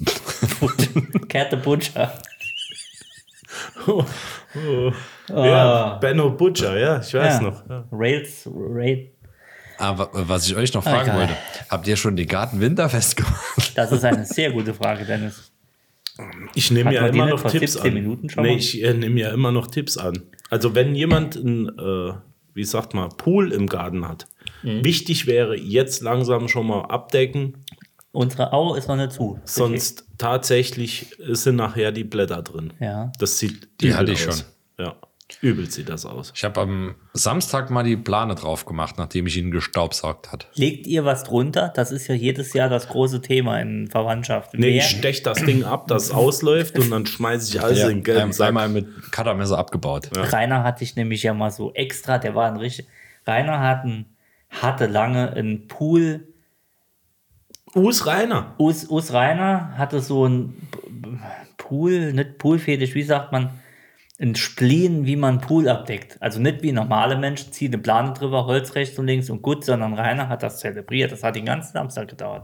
Speaker 1: *laughs* Cat the Butcher.
Speaker 2: Ja. Benno Butcher, ja, ich weiß
Speaker 1: Oh. Ja.
Speaker 2: noch. Ja.
Speaker 1: Rails, Rail.
Speaker 3: Aber Ah, was ich euch noch fragen
Speaker 1: Egal.
Speaker 3: wollte, habt ihr schon den Garten winterfest gemacht?
Speaker 1: Das ist eine sehr gute Frage, Dennis.
Speaker 2: Ich nehme
Speaker 1: Hatten
Speaker 2: ja
Speaker 1: wir die
Speaker 2: immer
Speaker 1: nicht
Speaker 2: noch
Speaker 1: vor
Speaker 2: Tipps
Speaker 1: 17
Speaker 2: an.
Speaker 1: Minuten schon
Speaker 2: nee,
Speaker 1: mal?
Speaker 2: ich äh, nehme ja immer noch Tipps an. Also wenn jemand ein, äh, wie sagt man, Pool im Garten hat,
Speaker 1: Mhm.
Speaker 2: wichtig wäre jetzt langsam schon mal abdecken,
Speaker 1: Unsere Au ist noch nicht zu.
Speaker 2: sonst tatsächlich sind nachher die Blätter drin.
Speaker 1: Ja.
Speaker 2: Das sieht
Speaker 3: Die
Speaker 2: übel
Speaker 3: hatte ich
Speaker 2: aus.
Speaker 3: schon.
Speaker 2: Ja, übel sieht das aus.
Speaker 3: Ich habe am Samstag mal die Plane drauf gemacht, nachdem ich ihn gestaubsaugt hat.
Speaker 1: Legt ihr was drunter? Das ist ja jedes Jahr das große Thema in Verwandtschaft.
Speaker 2: Nee,
Speaker 1: Wer-
Speaker 2: ich steche das Ding ab, das ausläuft und dann schmeiße ich alles in den gelben
Speaker 3: Ein-
Speaker 2: Sack.
Speaker 3: Ähm, einmal mit Cuttermesser abgebaut.
Speaker 1: Rainer hatte ich nämlich ja mal so extra, der war ein richtig. Rainer hatten, hatte lange einen Pool
Speaker 2: Us Rainer.
Speaker 1: Us, Us Rainer hatte so ein P- P- Pool, nicht Poolfetisch, wie sagt man, ein Spleen, wie man einen Pool abdeckt. Also nicht wie normale Menschen, zieht eine Plane drüber, Holz rechts und links und gut, sondern Rainer hat das zelebriert. Das hat den ganzen Samstag gedauert.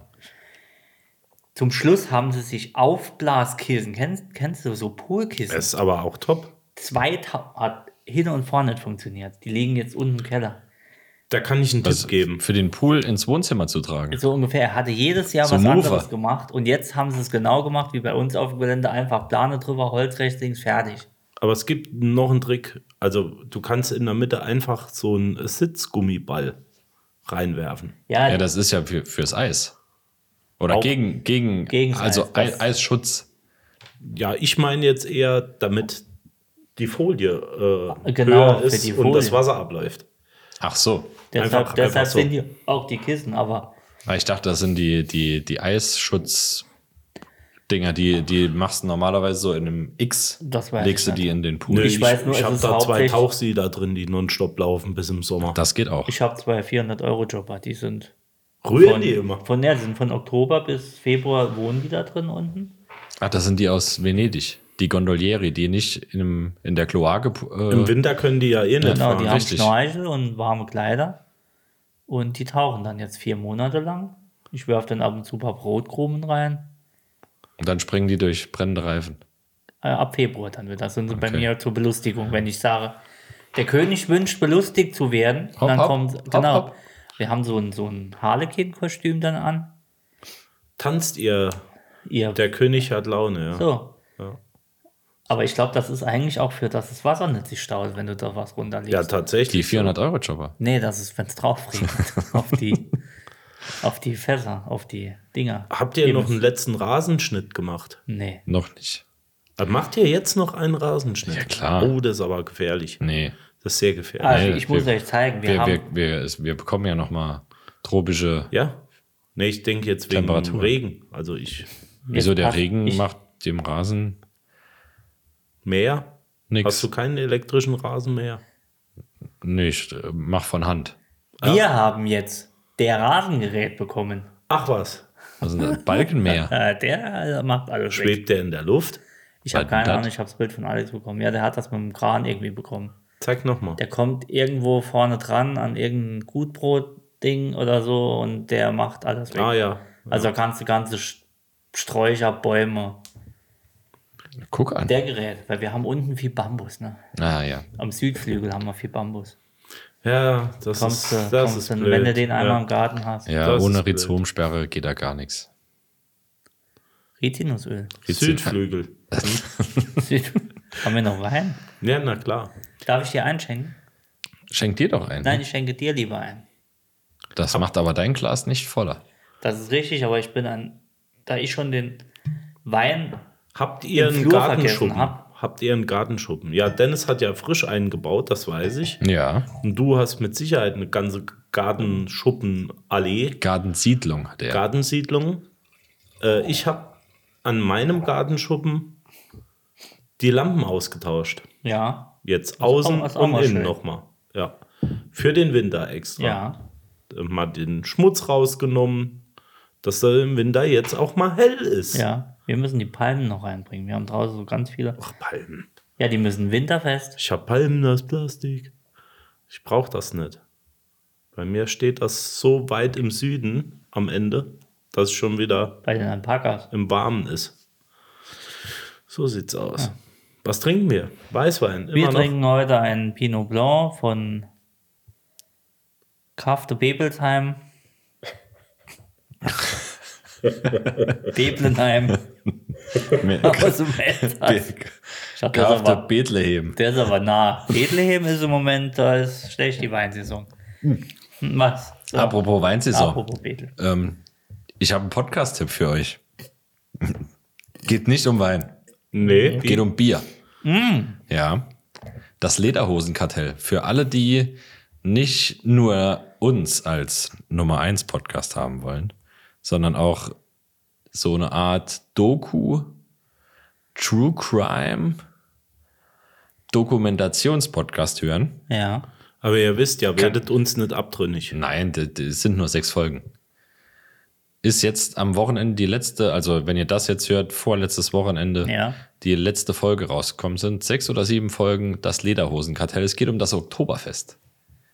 Speaker 1: Zum Schluss haben sie sich Aufblaskissen, kennst, kennst du so Poolkissen?
Speaker 2: Ist aber auch top.
Speaker 1: Zwei Ta- hat hin und vorne nicht funktioniert. Die liegen jetzt unten im Keller.
Speaker 2: Da kann ich einen
Speaker 3: Also
Speaker 2: Tipp geben.
Speaker 3: Für den Pool ins Wohnzimmer zu tragen.
Speaker 1: So ungefähr. Er hatte jedes Jahr
Speaker 3: So
Speaker 1: was
Speaker 3: ein Mofa.
Speaker 1: anderes gemacht und jetzt haben sie es genau gemacht, wie bei uns auf dem Gelände. Einfach Plane drüber, Holz rechts, links, fertig.
Speaker 2: Aber es gibt noch einen Trick. Also, du kannst in der Mitte einfach so einen Sitzgummiball reinwerfen.
Speaker 1: Ja,
Speaker 3: Ja, das ist ja für, fürs Eis. Oder
Speaker 2: Auch-
Speaker 3: gegen, gegen,
Speaker 1: Gegen's
Speaker 3: also
Speaker 1: Eis, das-
Speaker 3: Ei- Eisschutz.
Speaker 2: Ja, ich meine jetzt eher, damit die Folie äh,
Speaker 1: Genau,
Speaker 2: höher
Speaker 1: für
Speaker 2: ist
Speaker 1: die
Speaker 2: und das
Speaker 1: Folie.
Speaker 2: Wasser abläuft.
Speaker 3: Ach so.
Speaker 1: deshalb
Speaker 2: einfach-
Speaker 1: deshalb
Speaker 2: einfach so.
Speaker 1: sind hier auch die Kissen, aber
Speaker 3: Weil Ich dachte, das sind die, die, die Eisschutz. Dinger, die, die machst du normalerweise so in einem X,
Speaker 1: Das weiß
Speaker 3: legst du
Speaker 1: ich
Speaker 3: die
Speaker 1: nicht.
Speaker 3: in den Pool.
Speaker 2: Nö,
Speaker 1: Ich
Speaker 2: ich
Speaker 1: weiß nur,
Speaker 2: ich
Speaker 1: es
Speaker 2: habe
Speaker 1: ist
Speaker 2: da zwei
Speaker 1: hauptsächlich-
Speaker 2: Tauchsieder drin, die nonstop laufen bis im Sommer.
Speaker 3: Das geht auch.
Speaker 1: Ich habe zwei 400-Euro-Jobber, die sind
Speaker 2: Rühren
Speaker 1: von,
Speaker 2: die immer.
Speaker 1: von, ja, die sind von Oktober bis Februar wohnen die da drin unten.
Speaker 3: Ach, das sind die aus Venedig. Die Gondolieri, die nicht in, einem, in der Kloake. Äh,
Speaker 2: Im Winter können die ja eh nicht
Speaker 1: Genau,
Speaker 2: fahren.
Speaker 1: die haben
Speaker 3: richtig.
Speaker 1: Schnorchel und warme Kleider. Und die tauchen dann jetzt vier Monate lang. Ich werfe dann ab und zu ein paar Brotkrumen rein.
Speaker 3: Und dann springen die durch brennende Reifen.
Speaker 1: Äh, ab Februar dann wird das. Sind sie bei
Speaker 3: Okay.
Speaker 1: mir zur Belustigung, wenn ich sage, der König wünscht, belustigt zu werden.
Speaker 3: Hopp,
Speaker 1: und dann
Speaker 3: hopp, hopp,
Speaker 1: kommt, genau.
Speaker 3: hopp.
Speaker 1: Wir haben so ein, so ein Harlequin-Kostüm dann an.
Speaker 2: Tanzt ihr,
Speaker 1: Ihr
Speaker 2: der König hat Laune, ja.
Speaker 1: So.
Speaker 2: Ja.
Speaker 1: Aber ich glaube, das ist eigentlich auch für, dass das Wasser nicht sich staut, wenn du da was
Speaker 2: Ja,
Speaker 1: runterlegst.
Speaker 3: Die
Speaker 2: tatsächlich.
Speaker 3: 400-Euro-Jobber.
Speaker 1: nee, das ist, wenn es drauf regnet. auf, die, auf die Fässer, auf die Dinger.
Speaker 2: Habt ihr
Speaker 1: Eben.
Speaker 2: noch einen letzten Rasenschnitt gemacht?
Speaker 1: Nee.
Speaker 3: Noch nicht.
Speaker 2: Aber Macht ihr jetzt noch einen Rasenschnitt?
Speaker 3: Ja, klar.
Speaker 2: Oh, das ist aber gefährlich.
Speaker 3: Nee.
Speaker 2: Das ist sehr gefährlich.
Speaker 1: Also,
Speaker 3: Nee,
Speaker 1: ich muss
Speaker 3: wir-
Speaker 1: euch zeigen, wir,
Speaker 3: Wir,
Speaker 1: haben.
Speaker 3: wir, wir, es- wir bekommen ja noch mal tropische.
Speaker 2: Ja? Nee, ich denke jetzt wegen
Speaker 3: Temperatur.
Speaker 2: Regen. Also ich
Speaker 3: Wieso der
Speaker 1: passt-
Speaker 3: Regen
Speaker 1: ich-
Speaker 3: macht dem Rasen
Speaker 2: mehr. Hast
Speaker 3: nichts?
Speaker 2: du keinen elektrischen Rasen mehr?
Speaker 3: Nee, ich äh, mach von Hand.
Speaker 1: wir haben jetzt der Rasengerät bekommen.
Speaker 2: Ach was,
Speaker 3: Also ein
Speaker 1: *laughs*
Speaker 3: Balkenmäher.
Speaker 1: Äh, der macht alles weg.
Speaker 2: schwebt der in der Luft?
Speaker 1: Ich habe
Speaker 3: Was
Speaker 1: keine
Speaker 3: denn das?
Speaker 1: Ahnung, ich habe das Bild von Alex bekommen. Ja, der hat das mit dem Kran irgendwie bekommen.
Speaker 2: Zeig nochmal.
Speaker 1: der kommt irgendwo vorne dran an irgendein Gutbrot-Ding oder so und der macht alles weg.
Speaker 2: Ah ja.
Speaker 1: Also ganze, ganze Sch- Sträucher, Bäume.
Speaker 3: Guck an.
Speaker 1: Der Gerät, weil wir haben unten viel Bambus, ne?
Speaker 3: Ah ja.
Speaker 1: Am Südflügel haben wir viel Bambus.
Speaker 2: Ja, das
Speaker 1: Kommst
Speaker 2: ist,
Speaker 1: du,
Speaker 2: das
Speaker 1: kommst
Speaker 2: ist
Speaker 1: du
Speaker 2: blöd.
Speaker 1: wenn du den einmal
Speaker 2: ja.
Speaker 1: im Garten hast.
Speaker 3: Ja,
Speaker 2: Das ist
Speaker 3: ohne
Speaker 2: blöd.
Speaker 3: Rhizomsperre geht da gar nichts.
Speaker 1: Rizinusöl.
Speaker 2: Südflügel.
Speaker 1: Süd- *laughs* haben wir noch Wein?
Speaker 2: Ja, na klar.
Speaker 1: Darf ich dir einschenken?
Speaker 3: Schenk dir doch einen.
Speaker 1: Nein, ich schenke dir lieber ein.
Speaker 3: Das macht aber dein Glas nicht voller.
Speaker 1: Das ist richtig, aber ich bin ein, da ich schon den Wein
Speaker 2: Habt ihr
Speaker 1: Im
Speaker 2: einen
Speaker 1: Flur
Speaker 2: Gartenschuppen?
Speaker 1: vergessen hab.
Speaker 2: Habt ihr einen Gartenschuppen? Ja, Dennis hat ja frisch eingebaut, das weiß ich.
Speaker 3: Ja.
Speaker 2: Und du hast mit Sicherheit eine ganze Gartenschuppenallee,
Speaker 3: Gartensiedlung hat er. *laughs*
Speaker 2: Gartensiedlung. Äh, ich habe an meinem Gartenschuppen die Lampen ausgetauscht.
Speaker 1: Ja,
Speaker 2: Jetzt außen
Speaker 1: auch- ist auch
Speaker 2: und
Speaker 1: mal
Speaker 2: innen
Speaker 1: schön.
Speaker 2: nochmal. Ja. Für den Winter extra.
Speaker 1: ja.
Speaker 2: Äh, Mal den Schmutz rausgenommen, dass er im Winter jetzt auch mal hell ist.
Speaker 1: Ja, wir müssen die Palmen noch reinbringen. Wir haben draußen so ganz viele.
Speaker 2: Ach, Palmen.
Speaker 1: Ja, die müssen winterfest.
Speaker 2: Ich habe Palmen aus Plastik. Ich brauche das nicht. Bei mir steht das so weit im Süden am Ende, dass es schon wieder
Speaker 1: Bei den Alpakas.
Speaker 2: im Warmen ist. So sieht's aus. Was trinken wir? Weißwein. Immer
Speaker 1: Wir
Speaker 2: noch.
Speaker 1: trinken heute einen Pinot Blanc von Kraft de Bebelsheim. Beblenheim aus dem Elsass. Ich dachte, das ist
Speaker 3: Graf der
Speaker 1: aber-
Speaker 3: Bethlehem.
Speaker 1: Der ist aber nah. Bethlehem ist im Moment, da ist schlecht die Weinsaison. Was? So.
Speaker 3: Apropos Weinsaison.
Speaker 1: Apropos Bethel.
Speaker 3: Ähm, ich habe einen Podcast-Tipp für euch. Geht nicht um Wein,
Speaker 2: Nee, die,
Speaker 3: geht um Bier. Ja. Das Lederhosenkartell. Für alle, die nicht nur uns als Nummer 1 Podcast haben wollen, sondern auch so eine Art Doku, True Crime, Dokumentationspodcast hören.
Speaker 1: Ja.
Speaker 2: aber ihr wisst ja, werdet uns nicht abtrünnig.
Speaker 3: Nein, d- d- es sind nur sechs Folgen. Ist jetzt am Wochenende die letzte, also wenn ihr das jetzt hört, vorletztes Wochenende,
Speaker 1: Ja.
Speaker 3: die letzte Folge rausgekommen sind. Sechs oder sieben Folgen das Lederhosenkartell. Es geht um das Oktoberfest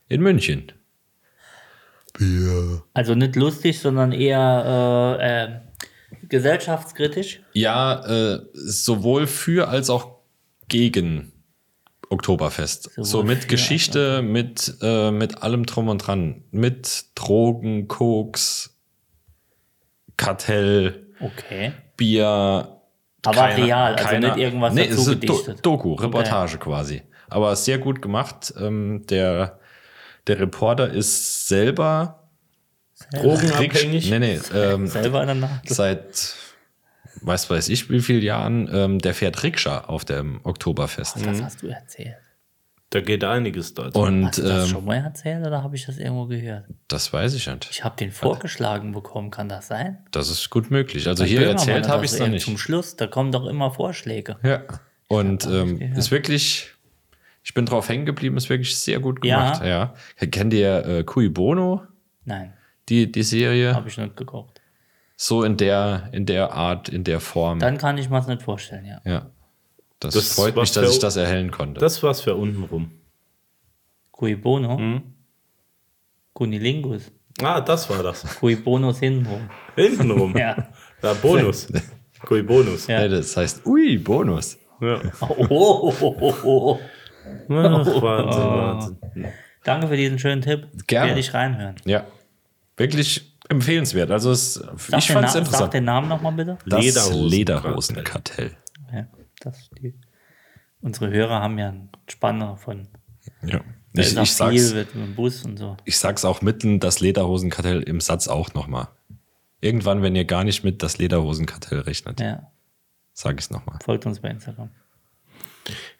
Speaker 3: in München.
Speaker 1: Also nicht lustig, sondern eher äh, äh, gesellschaftskritisch.
Speaker 3: Ja, äh, sowohl für als auch gegen Oktoberfest.
Speaker 1: Sowohl
Speaker 3: so mit
Speaker 1: für
Speaker 3: Geschichte, mit, äh, mit allem drum und dran. Mit Drogen, Koks, Kartell,
Speaker 1: Okay.
Speaker 3: Bier,
Speaker 1: Aber
Speaker 3: Keiner-
Speaker 1: real, also
Speaker 3: keiner-
Speaker 1: nicht irgendwas
Speaker 3: nee,
Speaker 1: dazu
Speaker 3: es ist Do
Speaker 1: gedichtet.
Speaker 3: Doku, Reportage quasi. Aber sehr gut gemacht. Ähm, der, der Reporter ist selber
Speaker 2: Drogenabhängig.
Speaker 3: Nee, nee, ähm,
Speaker 1: Selber danach.
Speaker 3: seit weiß weiß ich wie vielen Jahren, ähm, der fährt Rikscha auf dem Oktoberfest.
Speaker 1: Das hast du erzählt.
Speaker 2: Da geht einiges dort.
Speaker 1: Hast
Speaker 3: Und
Speaker 1: du das
Speaker 3: ähm,
Speaker 1: schon mal erzählt oder habe ich das irgendwo gehört?
Speaker 3: das weiß ich nicht.
Speaker 1: Ich habe den vorgeschlagen bekommen, kann das sein?
Speaker 3: Das ist gut möglich. Also hier
Speaker 1: Böhmermann
Speaker 3: erzählt
Speaker 1: oder
Speaker 3: habe ich
Speaker 1: so,
Speaker 3: es noch
Speaker 1: eben Zum
Speaker 3: nicht.
Speaker 1: Schluss, da kommen doch immer Vorschläge.
Speaker 3: Ja. Und ähm,
Speaker 1: gehört.
Speaker 3: ist wirklich, ich bin drauf hängen geblieben, ist wirklich sehr gut
Speaker 1: Ja.
Speaker 3: gemacht. Ja. Kennt ihr äh, Cui Bono,
Speaker 1: Nein,
Speaker 3: die, die Serie?
Speaker 1: habe ich nicht geguckt.
Speaker 3: So in der, in der Art, in der Form.
Speaker 1: Dann kann ich mir es nicht vorstellen, ja.
Speaker 3: ja. Das,
Speaker 2: Das
Speaker 3: freut mich,
Speaker 2: was
Speaker 3: dass
Speaker 2: für-
Speaker 3: ich das erhellen konnte.
Speaker 2: Das war's für untenrum.
Speaker 1: Cui bono.
Speaker 3: Mhm.
Speaker 1: Cunilingus.
Speaker 2: Ah, das war das.
Speaker 1: Cui bono hintenrum.
Speaker 2: Hintenrum.
Speaker 1: Ja.
Speaker 2: Da Bonus. Cool Bonus.
Speaker 1: Ja.
Speaker 3: Nee, das heißt, ui, Bonus.
Speaker 2: Ja.
Speaker 1: Oh, *laughs* oh, oh, oh, oh.
Speaker 2: Ach, Wahnsinn, Wahnsinn.
Speaker 1: Danke für diesen schönen Tipp.
Speaker 3: Gerne.
Speaker 1: Werde ich reinhören.
Speaker 3: Ja. Wirklich empfehlenswert. Also es,
Speaker 1: Sag
Speaker 3: ich
Speaker 1: den
Speaker 3: fand es
Speaker 1: Na- Sag
Speaker 3: interessant.
Speaker 1: den Namen nochmal bitte.
Speaker 3: Das
Speaker 2: Lederhosen-
Speaker 3: Lederhosenkartell.
Speaker 1: Ja, das die. Unsere Hörer haben ja einen Spanner von
Speaker 3: Ja.
Speaker 1: wer
Speaker 3: Ich,
Speaker 1: nach
Speaker 3: ich, sag's,
Speaker 1: Kiel wird mit dem Bus und so.
Speaker 3: ich sag's auch mitten das Lederhosenkartell im Satz auch nochmal. Irgendwann, wenn ihr gar nicht mit das Lederhosenkartell rechnet,
Speaker 1: Ja,
Speaker 3: sag ich's nochmal.
Speaker 1: folgt uns bei Instagram.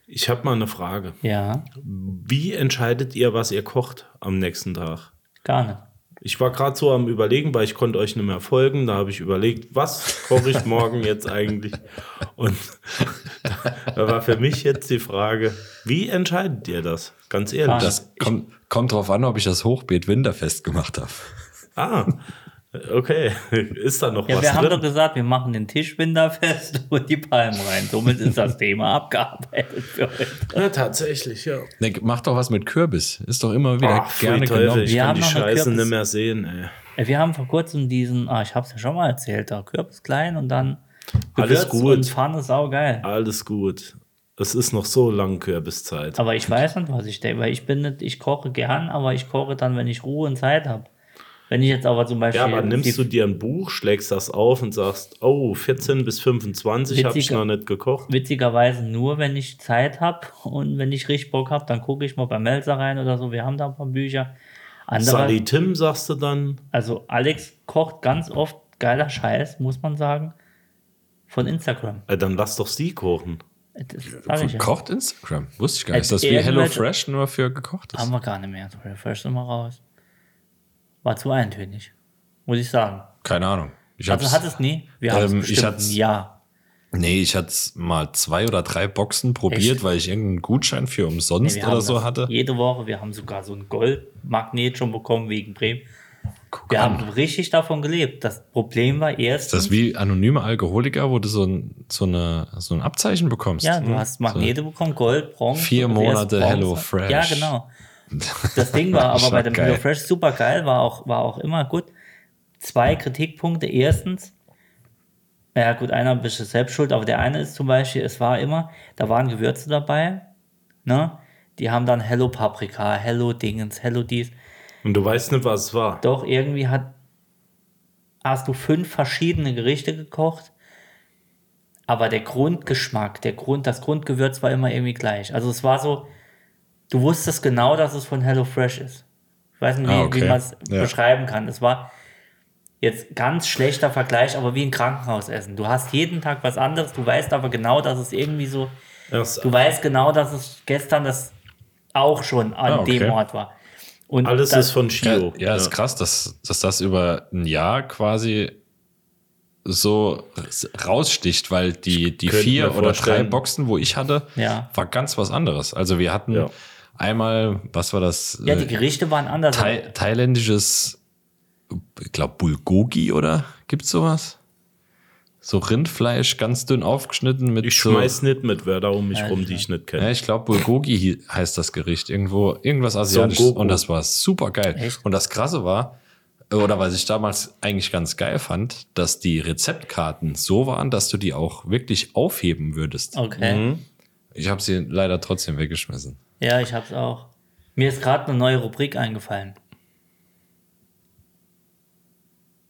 Speaker 2: Ich habe mal eine Frage.
Speaker 1: Ja,
Speaker 2: Wie entscheidet ihr, was ihr kocht am nächsten Tag?
Speaker 1: gar nicht.
Speaker 2: Ich war gerade so am Überlegen, weil ich konnte euch nicht mehr folgen. Da habe ich überlegt, was koche ich morgen jetzt eigentlich? Und *laughs* da war für mich jetzt die Frage, wie entscheidet ihr das? Ganz ehrlich.
Speaker 3: Das kommt, kommt drauf an, ob ich das Hochbeet winterfest gemacht habe.
Speaker 2: Ah, okay. Ist da noch
Speaker 1: Ja,
Speaker 2: was
Speaker 1: wir haben
Speaker 2: drin?
Speaker 1: doch gesagt, wir machen den Tischbinder fest *laughs* und die Palmen rein. Somit ist das Thema *laughs* abgearbeitet für heute.
Speaker 2: ja, tatsächlich, ja.
Speaker 3: Ne, mach doch was mit Kürbis. Ist doch immer wieder
Speaker 2: Ach,
Speaker 3: gerne
Speaker 2: gerne Teufel,
Speaker 3: genommen.
Speaker 2: ich
Speaker 1: Wir
Speaker 2: kann
Speaker 1: haben
Speaker 2: die
Speaker 1: noch eine
Speaker 2: Scheiße
Speaker 1: Kürbis-
Speaker 2: nicht mehr sehen, ey.
Speaker 1: Äh, Wir haben vor kurzem diesen, ah, ich hab's ja schon mal erzählt, da Kürbis klein und dann
Speaker 2: Alles
Speaker 1: Gewürz
Speaker 2: gut.
Speaker 1: und Pfanne saugeil.
Speaker 2: Alles gut. Es ist noch so lang Kürbiszeit.
Speaker 1: Aber ich weiß nicht, was ich denke, weil ich bin nicht, ich koche gern, aber ich koche dann, wenn ich Ruhe und Zeit habe. Wenn ich jetzt aber zum Beispiel
Speaker 2: Ja, aber
Speaker 1: die
Speaker 2: nimmst du dir ein Buch, schlägst das auf und sagst, oh, 14 bis 25 habe ich
Speaker 1: Witziger-
Speaker 2: noch nicht gekocht.
Speaker 1: witzigerweise nur, wenn ich Zeit habe und wenn ich richtig Bock habe, dann gucke ich mal bei Melzer rein oder so. Wir haben da ein paar Bücher. Andere,
Speaker 2: Sally Tim sagst du dann.
Speaker 1: also Alex kocht ganz oft geiler Scheiß, muss man sagen, von Instagram.
Speaker 2: Äh, dann lass doch sie kochen.
Speaker 1: Das sag ich ja. Äh,
Speaker 3: Kocht Instagram? Wusste ich gar nicht. Ist das wie
Speaker 1: Irgendwelche-
Speaker 3: HelloFresh nur für gekochtes?
Speaker 1: Haben wir gar nicht mehr. Fresh sind wir raus. War zu eintönig, muss ich sagen.
Speaker 3: Keine Ahnung. Ich
Speaker 1: Also
Speaker 3: hab's-
Speaker 1: hat es nie. Wir
Speaker 3: Ähm,
Speaker 1: haben
Speaker 3: ich
Speaker 1: es bestimmt
Speaker 3: hatte's-
Speaker 1: ein Jahr.
Speaker 3: Nee, ich hatte mal zwei oder drei Boxen probiert,
Speaker 1: Echt?
Speaker 3: weil ich irgendeinen Gutschein für
Speaker 1: Nee,
Speaker 3: umsonst
Speaker 1: wir
Speaker 3: oder
Speaker 1: haben
Speaker 3: so
Speaker 1: das
Speaker 3: hatte.
Speaker 1: Jede Woche, wir haben sogar so einen Goldmagnet schon bekommen wegen Bremen. wir
Speaker 3: an.
Speaker 1: haben richtig davon gelebt. Das Problem war erst,
Speaker 3: Ist das wie anonyme Alkoholiker, wo du so ein, so eine, so ein Abzeichen bekommst? Hm?
Speaker 1: ja, du hast Magnete bekommen, Gold, Bronze.
Speaker 3: Vier
Speaker 1: und erst
Speaker 3: Monate
Speaker 1: Bronze.
Speaker 3: Hello Fresh.
Speaker 1: Ja, genau. Das Ding war
Speaker 3: *laughs*
Speaker 1: aber bei
Speaker 3: war
Speaker 1: dem
Speaker 3: geil.
Speaker 1: Hello Fresh super geil, war auch, war auch immer gut. Zwei Kritikpunkte. Erstens, ja gut, einer bist du selbst schuld, aber der eine ist zum Beispiel, es war immer, da waren Gewürze dabei, ne? Die haben dann Hello Paprika, Hello Dingens, Hello dies.
Speaker 2: Und du weißt nicht, was es war.
Speaker 1: Doch, irgendwie hat, hast du fünf verschiedene Gerichte gekocht, aber der Grundgeschmack, der Grund, das Grundgewürz war immer irgendwie gleich. Also es war so, du wusstest genau, dass es von HelloFresh ist. Ich weiß nicht, wie,
Speaker 3: Ah, okay.
Speaker 1: wie man es
Speaker 3: Ja.
Speaker 1: beschreiben kann. Es war jetzt ganz schlechter Vergleich, aber wie ein Krankenhausessen. Du hast jeden Tag was anderes, du weißt aber genau, dass es irgendwie so,
Speaker 2: Das
Speaker 1: du weißt genau, dass es gestern das auch schon an
Speaker 3: Ah, okay.
Speaker 1: dem Ort war. Und
Speaker 2: alles
Speaker 1: das-
Speaker 2: ist von
Speaker 3: Ja,
Speaker 2: Shio.
Speaker 3: ja, ist krass, dass, dass das über ein Jahr quasi so raussticht, weil die, die
Speaker 2: könnte
Speaker 3: vier
Speaker 2: mir
Speaker 3: oder drei
Speaker 2: vorstellen-
Speaker 3: Boxen, wo ich hatte,
Speaker 1: Ja.
Speaker 3: war ganz was anderes. Also wir hatten
Speaker 2: Ja.
Speaker 3: einmal, was war das?
Speaker 1: Ja,
Speaker 3: Äh,
Speaker 1: die Gerichte waren anders.
Speaker 3: Thai thailändisches, ich glaube, Bulgogi oder gibt's sowas? So Rindfleisch, ganz dünn aufgeschnitten mit
Speaker 2: Ich
Speaker 3: so.
Speaker 2: schmeiß nicht mit Wörter um mich rum, die ich nicht
Speaker 3: Ja,
Speaker 2: kenne.
Speaker 3: ich glaube, Bulgogi hie- heißt das Gericht. Irgendwo, irgendwas Asiatisches.
Speaker 2: Goku.
Speaker 3: und das war super geil.
Speaker 1: Echt?
Speaker 3: Und das Krasse war, äh, oder was ich damals eigentlich ganz geil fand, dass die Rezeptkarten so waren, dass du die auch wirklich aufheben würdest.
Speaker 2: Oh.
Speaker 1: Okay.
Speaker 3: Mhm. Ich habe sie leider trotzdem weggeschmissen.
Speaker 1: Ja, ich hab's auch. Mir ist gerade eine neue Rubrik eingefallen.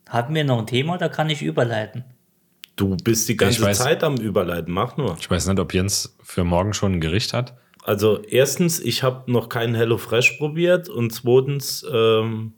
Speaker 1: Hatten wir noch ein Thema oder kann ich überleiten?
Speaker 2: Du bist die ganze
Speaker 3: Ich weiß-
Speaker 2: Zeit am Überleiten, mach nur.
Speaker 3: Ich weiß nicht, ob Jens für morgen schon ein Gericht hat.
Speaker 2: Also erstens, ich habe noch keinen HelloFresh probiert und zweitens, ähm,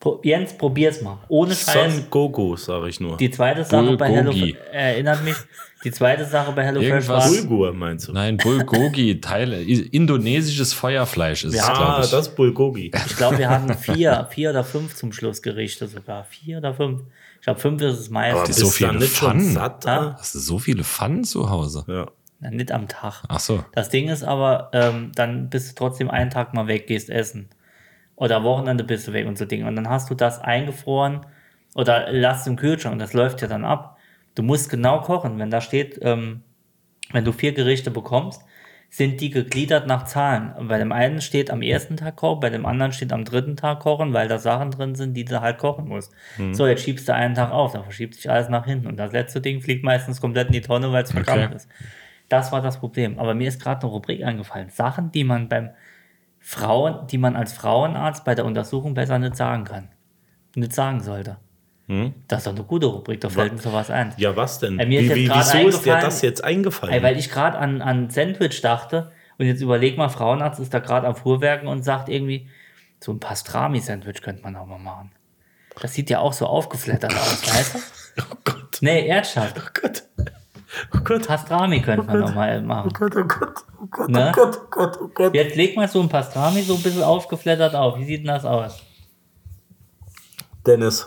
Speaker 1: Pro Jens, probier's mal. Ohne Scheiß.
Speaker 2: Son Goku, sage ich nur.
Speaker 1: Die zweite Sache bei Hello
Speaker 3: Bulgogi.
Speaker 1: erinnert mich. Die zweite Sache bei HelloFresh
Speaker 3: Irgendwas-
Speaker 1: war,
Speaker 2: Bulgur meinst du? *laughs*
Speaker 3: Nein, Bulgogi, Teile, i- indonesisches Feuerfleisch ist es,
Speaker 2: ja,
Speaker 3: glaube ich.
Speaker 2: das ist Bulgogi.
Speaker 1: ich glaube, wir hatten vier, vier oder fünf zum Schluss Gerichte sogar. Vier oder fünf. Ich glaube, fünf ist es meistens.
Speaker 3: bist so
Speaker 2: Ist da
Speaker 3: viele
Speaker 2: nicht schon
Speaker 3: Pfannen.
Speaker 2: satt?
Speaker 1: Ja.
Speaker 3: Hast du so viele Pfannen zu Hause?
Speaker 2: Ja.
Speaker 1: Na, Nicht am Tag.
Speaker 3: Ach so.
Speaker 1: Das Ding ist aber, ähm, dann bist du trotzdem einen Tag mal weg, gehst essen. Oder am Wochenende bist du weg und so Dinge. Und dann hast du das eingefroren oder lass im Kühlschrank und das läuft ja dann ab. Du musst genau kochen. Wenn da steht, ähm, wenn du vier Gerichte bekommst, sind die gegliedert nach Zahlen. Und Bei dem einen steht am ersten Tag kochen, bei dem anderen steht am dritten Tag kochen, weil da Sachen drin sind, die du halt kochen musst. So, jetzt schiebst du einen Tag auf, dann verschiebt sich alles nach hinten. Und das letzte Ding fliegt meistens komplett in die Tonne, weil es verkrampft ist. Das war das Problem. Aber mir ist gerade eine Rubrik eingefallen. Sachen, die man beim Frauen, die man als Frauenarzt bei der Untersuchung besser nicht sagen kann. Nicht sagen sollte. Das ist doch eine gute Rubrik, da fällt mir sowas ein.
Speaker 2: ja, was denn?
Speaker 1: Ey, mir ist
Speaker 2: Wie,
Speaker 1: jetzt
Speaker 2: wie,
Speaker 1: gerade
Speaker 2: wieso ist dir
Speaker 1: eingefallen-
Speaker 2: das jetzt eingefallen?
Speaker 1: Ey, weil ich gerade an, an Sandwich dachte und jetzt überleg mal, Frauenarzt ist da gerade am Fuhrwerken und sagt irgendwie, so ein Pastrami-Sandwich könnte man auch mal machen. Das sieht ja auch so aufgeflattert
Speaker 2: *laughs*
Speaker 1: aus, weißt du?
Speaker 2: oh Gott,
Speaker 1: Nee, ernsthaft.
Speaker 2: oh Gott. Oh Gott,
Speaker 1: Pastrami könnte man noch mal äh, machen.
Speaker 2: oh Gott, oh Gott, oh Gott,
Speaker 1: Ne?
Speaker 2: oh Gott, oh Gott, oh Gott.
Speaker 1: Jetzt leg mal so ein Pastrami so ein bisschen aufgeflattert auf. Wie sieht denn das aus?
Speaker 2: Dennis,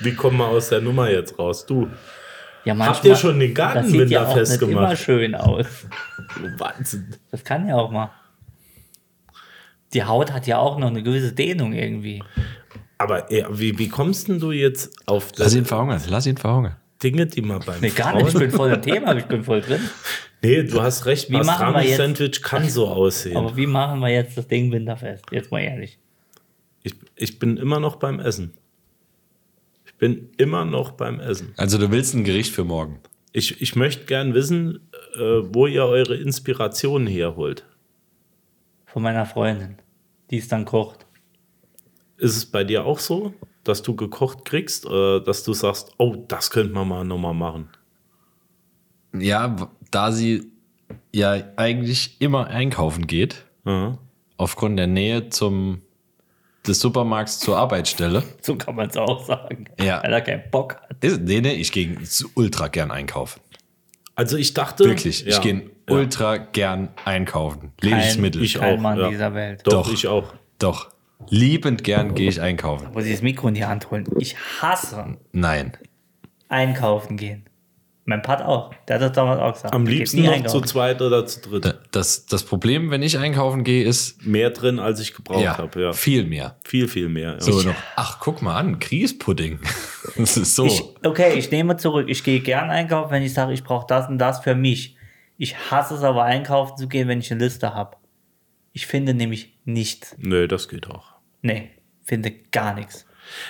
Speaker 2: wie kommen wir aus der Nummer jetzt raus? Du,
Speaker 1: Ja,
Speaker 2: Habt ihr schon den Garten
Speaker 1: das sieht ja auch
Speaker 2: winterfest
Speaker 1: nicht immer
Speaker 2: gemacht?
Speaker 1: schön aus.
Speaker 2: du Wahnsinn.
Speaker 1: Das kann ja auch mal. Die Haut hat ja auch noch eine gewisse Dehnung irgendwie.
Speaker 2: Aber ey, wie, wie kommst denn du jetzt auf das
Speaker 3: Lass ihn verhungern, lass ihn verhungern.
Speaker 2: Dinge, die man beim
Speaker 1: Nee, gar nicht. Ich bin voll im Thema, ich bin voll drin.
Speaker 2: Nee, du hast recht,
Speaker 1: Wie machen wir jetzt-
Speaker 2: Pastrami-Sandwich kann so aussehen.
Speaker 1: Aber wie machen wir jetzt das Ding winterfest? Jetzt mal ehrlich.
Speaker 2: Ich, ich bin immer noch beim Essen. Ich bin immer noch beim Essen.
Speaker 3: Also du willst ein Gericht für morgen.
Speaker 2: Ich, ich möchte gern wissen, äh, wo ihr eure Inspiration herholt.
Speaker 1: Von meiner Freundin, die es dann kocht. *laughs*
Speaker 2: Ist es bei dir auch so, dass du gekocht kriegst, äh, dass du sagst, oh, das könnte man mal nochmal machen?
Speaker 3: Ja, w- da sie ja eigentlich immer einkaufen geht,
Speaker 2: Ja.
Speaker 3: aufgrund der Nähe zum des Supermarkts zur Arbeitsstelle.
Speaker 1: So kann man es auch sagen.
Speaker 3: Ja.
Speaker 1: Weil er keinen Bock hat.
Speaker 3: Ist, nee, nee, ich gehe ultra gern einkaufen.
Speaker 2: Also ich dachte...
Speaker 3: Wirklich, ich
Speaker 2: Ja.
Speaker 3: gehe ultra gern einkaufen. Lebensmittel.
Speaker 2: Ich
Speaker 1: Kein
Speaker 2: auch,
Speaker 1: Mann
Speaker 2: ja.
Speaker 1: dieser Welt.
Speaker 2: Doch,
Speaker 3: Doch.
Speaker 2: ich auch.
Speaker 3: Doch, liebend gern gehe ich einkaufen.
Speaker 1: Muss ich das Mikro in die Hand holen? Ich hasse
Speaker 3: Nein.
Speaker 1: einkaufen gehen. Mein Pat auch. Der hat das damals auch gesagt.
Speaker 2: Am
Speaker 1: Der geht
Speaker 2: liebsten
Speaker 1: nie
Speaker 2: noch
Speaker 1: einkaufen.
Speaker 2: zu zweit oder zu dritt.
Speaker 3: Da- Das, das Problem, wenn ich einkaufen gehe, ist
Speaker 2: Mehr drin, als ich gebraucht
Speaker 3: ja,
Speaker 2: habe. Ja.
Speaker 3: viel mehr.
Speaker 2: Viel, viel mehr. Ja.
Speaker 3: So noch, ach, guck mal an, Grießpudding. *laughs* Das ist so.
Speaker 1: Ich, okay, ich nehme zurück. Ich gehe gern einkaufen, wenn ich sage, ich brauche das und das für mich. Ich hasse es aber, einkaufen zu gehen, wenn ich eine Liste habe. Ich finde nämlich nichts.
Speaker 2: Nö, das geht auch.
Speaker 1: Nee, finde gar nichts.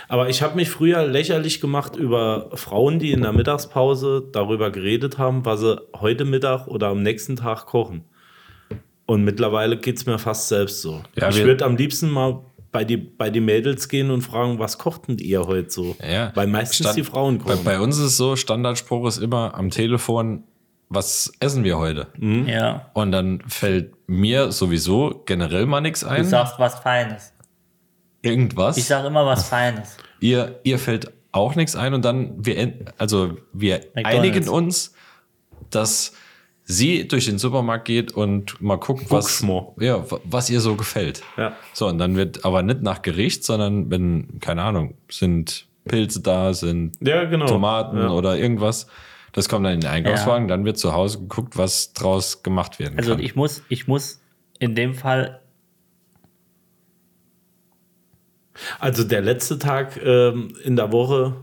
Speaker 2: Aber ich habe mich früher lächerlich gemacht über Frauen, die in der Mittagspause darüber geredet haben, was sie heute Mittag oder am nächsten Tag kochen. Und mittlerweile geht es mir fast selbst so.
Speaker 3: Ja,
Speaker 2: ich
Speaker 3: wir-
Speaker 2: würde am liebsten mal bei die, bei die Mädels gehen und fragen, was kochten ihr heute so?
Speaker 3: ja.
Speaker 2: Weil meistens
Speaker 3: Stand-
Speaker 2: die Frauen
Speaker 3: Bei,
Speaker 2: kochen.
Speaker 3: bei uns ist es so, Standardspruch ist immer am Telefon, was essen wir heute?
Speaker 2: Mhm. Hm?
Speaker 1: Ja.
Speaker 3: Und dann fällt mir sowieso generell mal nichts
Speaker 1: Du
Speaker 3: ein.
Speaker 1: sagst was Feines.
Speaker 3: Irgendwas.
Speaker 1: Ich sage immer was Feines.
Speaker 3: ihr, ihr fällt auch nichts ein und dann wir, en- also wir
Speaker 1: McDonald's.
Speaker 3: einigen uns, dass sie durch den Supermarkt geht und mal guckt, was,
Speaker 2: Gucksmo.
Speaker 3: ja, wa- was ihr so gefällt.
Speaker 2: Ja.
Speaker 3: So, und dann wird aber nicht nach Gericht, sondern wenn, keine Ahnung, sind Pilze da, sind
Speaker 2: Ja, genau.
Speaker 3: Tomaten
Speaker 2: Ja.
Speaker 3: oder irgendwas. Das kommt dann in den Einkaufswagen, dann wird zu Hause geguckt, was draus gemacht werden
Speaker 1: Also
Speaker 3: kann.
Speaker 1: ich muss, ich muss in dem Fall,
Speaker 2: also der letzte Tag ähm, in der Woche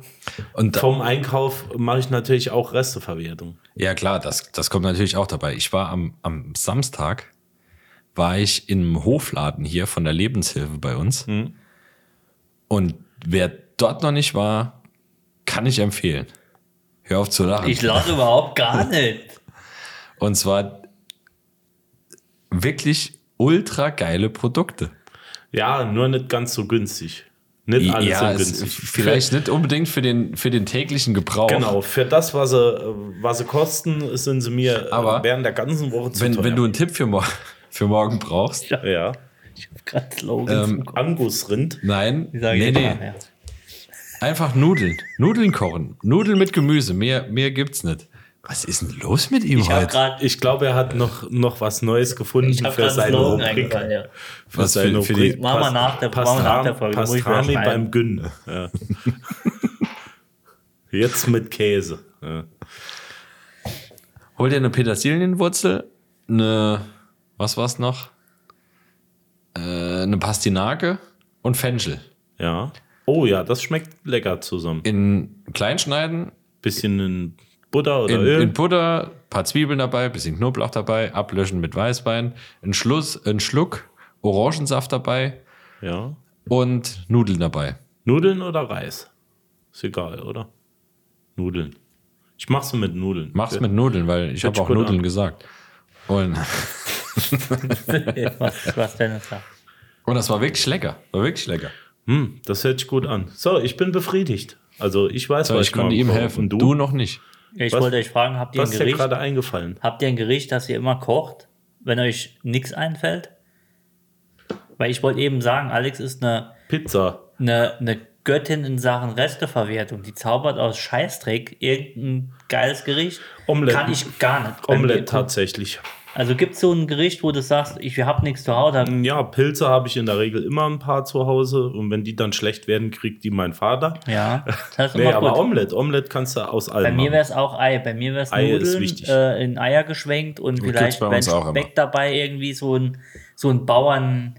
Speaker 3: und da,
Speaker 2: vom Einkauf mache ich natürlich auch Resteverwertung.
Speaker 3: Ja, klar, das, das kommt natürlich auch dabei. Ich war am, am Samstag, war ich im Hofladen hier von der Lebenshilfe bei uns.
Speaker 2: Hm.
Speaker 3: Und wer dort noch nicht war, kann ich empfehlen. Hör auf zu lachen.
Speaker 1: ich lache überhaupt gar nicht.
Speaker 3: Und zwar wirklich ultra geile Produkte.
Speaker 2: Ja, nur nicht ganz so günstig. Nicht alles
Speaker 3: ja,
Speaker 2: so
Speaker 3: es,
Speaker 2: günstig.
Speaker 3: vielleicht nicht unbedingt für den, für den täglichen Gebrauch.
Speaker 2: Genau, für das, was sie, äh, was sie kosten, sind sie mir äh,
Speaker 3: Aber
Speaker 2: während der ganzen Woche zu
Speaker 3: Wenn,
Speaker 2: teuer.
Speaker 3: *laughs* wenn du einen Tipp für, mor für morgen brauchst,
Speaker 2: ja.
Speaker 1: Ich hab grad Slogans.
Speaker 3: Ähm,
Speaker 1: im Kopf.
Speaker 2: Angus-Rind.
Speaker 3: Nein,
Speaker 1: Die sage ich
Speaker 3: nee,
Speaker 1: jetzt
Speaker 3: nee.
Speaker 1: nachher.
Speaker 3: Einfach Nudeln. Nudeln kochen. Nudeln mit Gemüse. Mehr, mehr gibt's nicht. Was ist denn los mit ihm
Speaker 1: Ich habe
Speaker 3: heute?
Speaker 1: gerade
Speaker 2: Ich glaube, er hat noch, noch was Neues gefunden
Speaker 1: ich hab
Speaker 2: Ah, für
Speaker 1: grad einen
Speaker 2: seine
Speaker 1: Slogan
Speaker 2: Rubrik.
Speaker 1: eingefallen. Ja.
Speaker 2: Für
Speaker 3: Was
Speaker 2: seine
Speaker 3: für- für die-
Speaker 2: Rubrik.
Speaker 1: Machen wir
Speaker 2: Past-
Speaker 1: nach der- machen wir nach der Folge, da muss ich
Speaker 2: Pastrami
Speaker 1: was schneiden.
Speaker 2: beim Gün.
Speaker 1: *laughs*
Speaker 2: Ja. Jetzt mit Käse. Ja.
Speaker 3: Hol dir eine Petersilienwurzel, eine, was war's noch? Äh, eine Pastinake und Fenchel.
Speaker 2: ja. Oh ja, das schmeckt lecker zusammen.
Speaker 3: In kleinschneiden,
Speaker 2: Bisschen in Butter oder
Speaker 3: in,
Speaker 2: Öl.
Speaker 3: in Butter, paar Zwiebeln dabei, bisschen Knoblauch dabei, ablöschen mit Weißwein, ein Schluss, ein Schluck Orangensaft dabei
Speaker 2: ja.
Speaker 3: und Nudeln dabei.
Speaker 2: Nudeln oder Reis? Ist egal, oder? Nudeln. Ich mach's mit Nudeln.
Speaker 3: Mach's mit Nudeln, weil ich
Speaker 2: Hört
Speaker 3: habe
Speaker 2: sich
Speaker 3: auch
Speaker 2: gut
Speaker 3: Nudeln
Speaker 2: an.
Speaker 3: gesagt. Und, *laughs*
Speaker 1: Was, was Dennis sagt.
Speaker 3: und das war wirklich lecker. War wirklich lecker.
Speaker 2: Hm, das hört sich gut an. So, ich bin befriedigt. Also ich weiß,
Speaker 3: So,
Speaker 2: was
Speaker 3: ich konnte
Speaker 2: machen
Speaker 3: ihm
Speaker 2: soll.
Speaker 3: helfen.
Speaker 2: Und
Speaker 3: Du?
Speaker 2: du,
Speaker 3: noch nicht.
Speaker 1: Ich
Speaker 2: Was-
Speaker 1: wollte euch fragen, habt ihr, ein
Speaker 2: was ist dir
Speaker 1: Gericht,
Speaker 2: gerade eingefallen?
Speaker 1: habt ihr ein Gericht, das ihr immer kocht, wenn euch nichts einfällt? Weil ich wollte eben sagen, Alex ist eine,
Speaker 2: Pizza.
Speaker 1: eine, eine Göttin in Sachen Resteverwertung. Die zaubert aus Scheißdreck irgendein geiles Gericht.
Speaker 2: Omelette.
Speaker 1: Kann ich gar nicht. Bei mir
Speaker 2: Omelette
Speaker 1: kommt-
Speaker 2: tatsächlich.
Speaker 1: Also gibt es so ein Gericht, wo du sagst, ich hab nichts zu Hause.
Speaker 2: Ja, Pilze habe ich in der Regel immer ein paar zu Hause und wenn die dann schlecht werden, kriegt die mein Vater.
Speaker 1: Ja, das ist
Speaker 2: Nee,
Speaker 1: immer
Speaker 2: aber
Speaker 1: gut.
Speaker 2: Omelette, Omelette kannst du aus allem
Speaker 1: Bei mir
Speaker 2: machen.
Speaker 1: wäre es auch Ei. Bei mir wäre es
Speaker 2: Ei ist
Speaker 1: Nudeln
Speaker 2: wichtig.
Speaker 1: äh, in Eier geschwenkt und
Speaker 3: gibt's
Speaker 1: vielleicht,
Speaker 3: bei
Speaker 1: wenn
Speaker 3: uns auch immer.
Speaker 1: Speck dabei irgendwie so ein, so ein Bauern.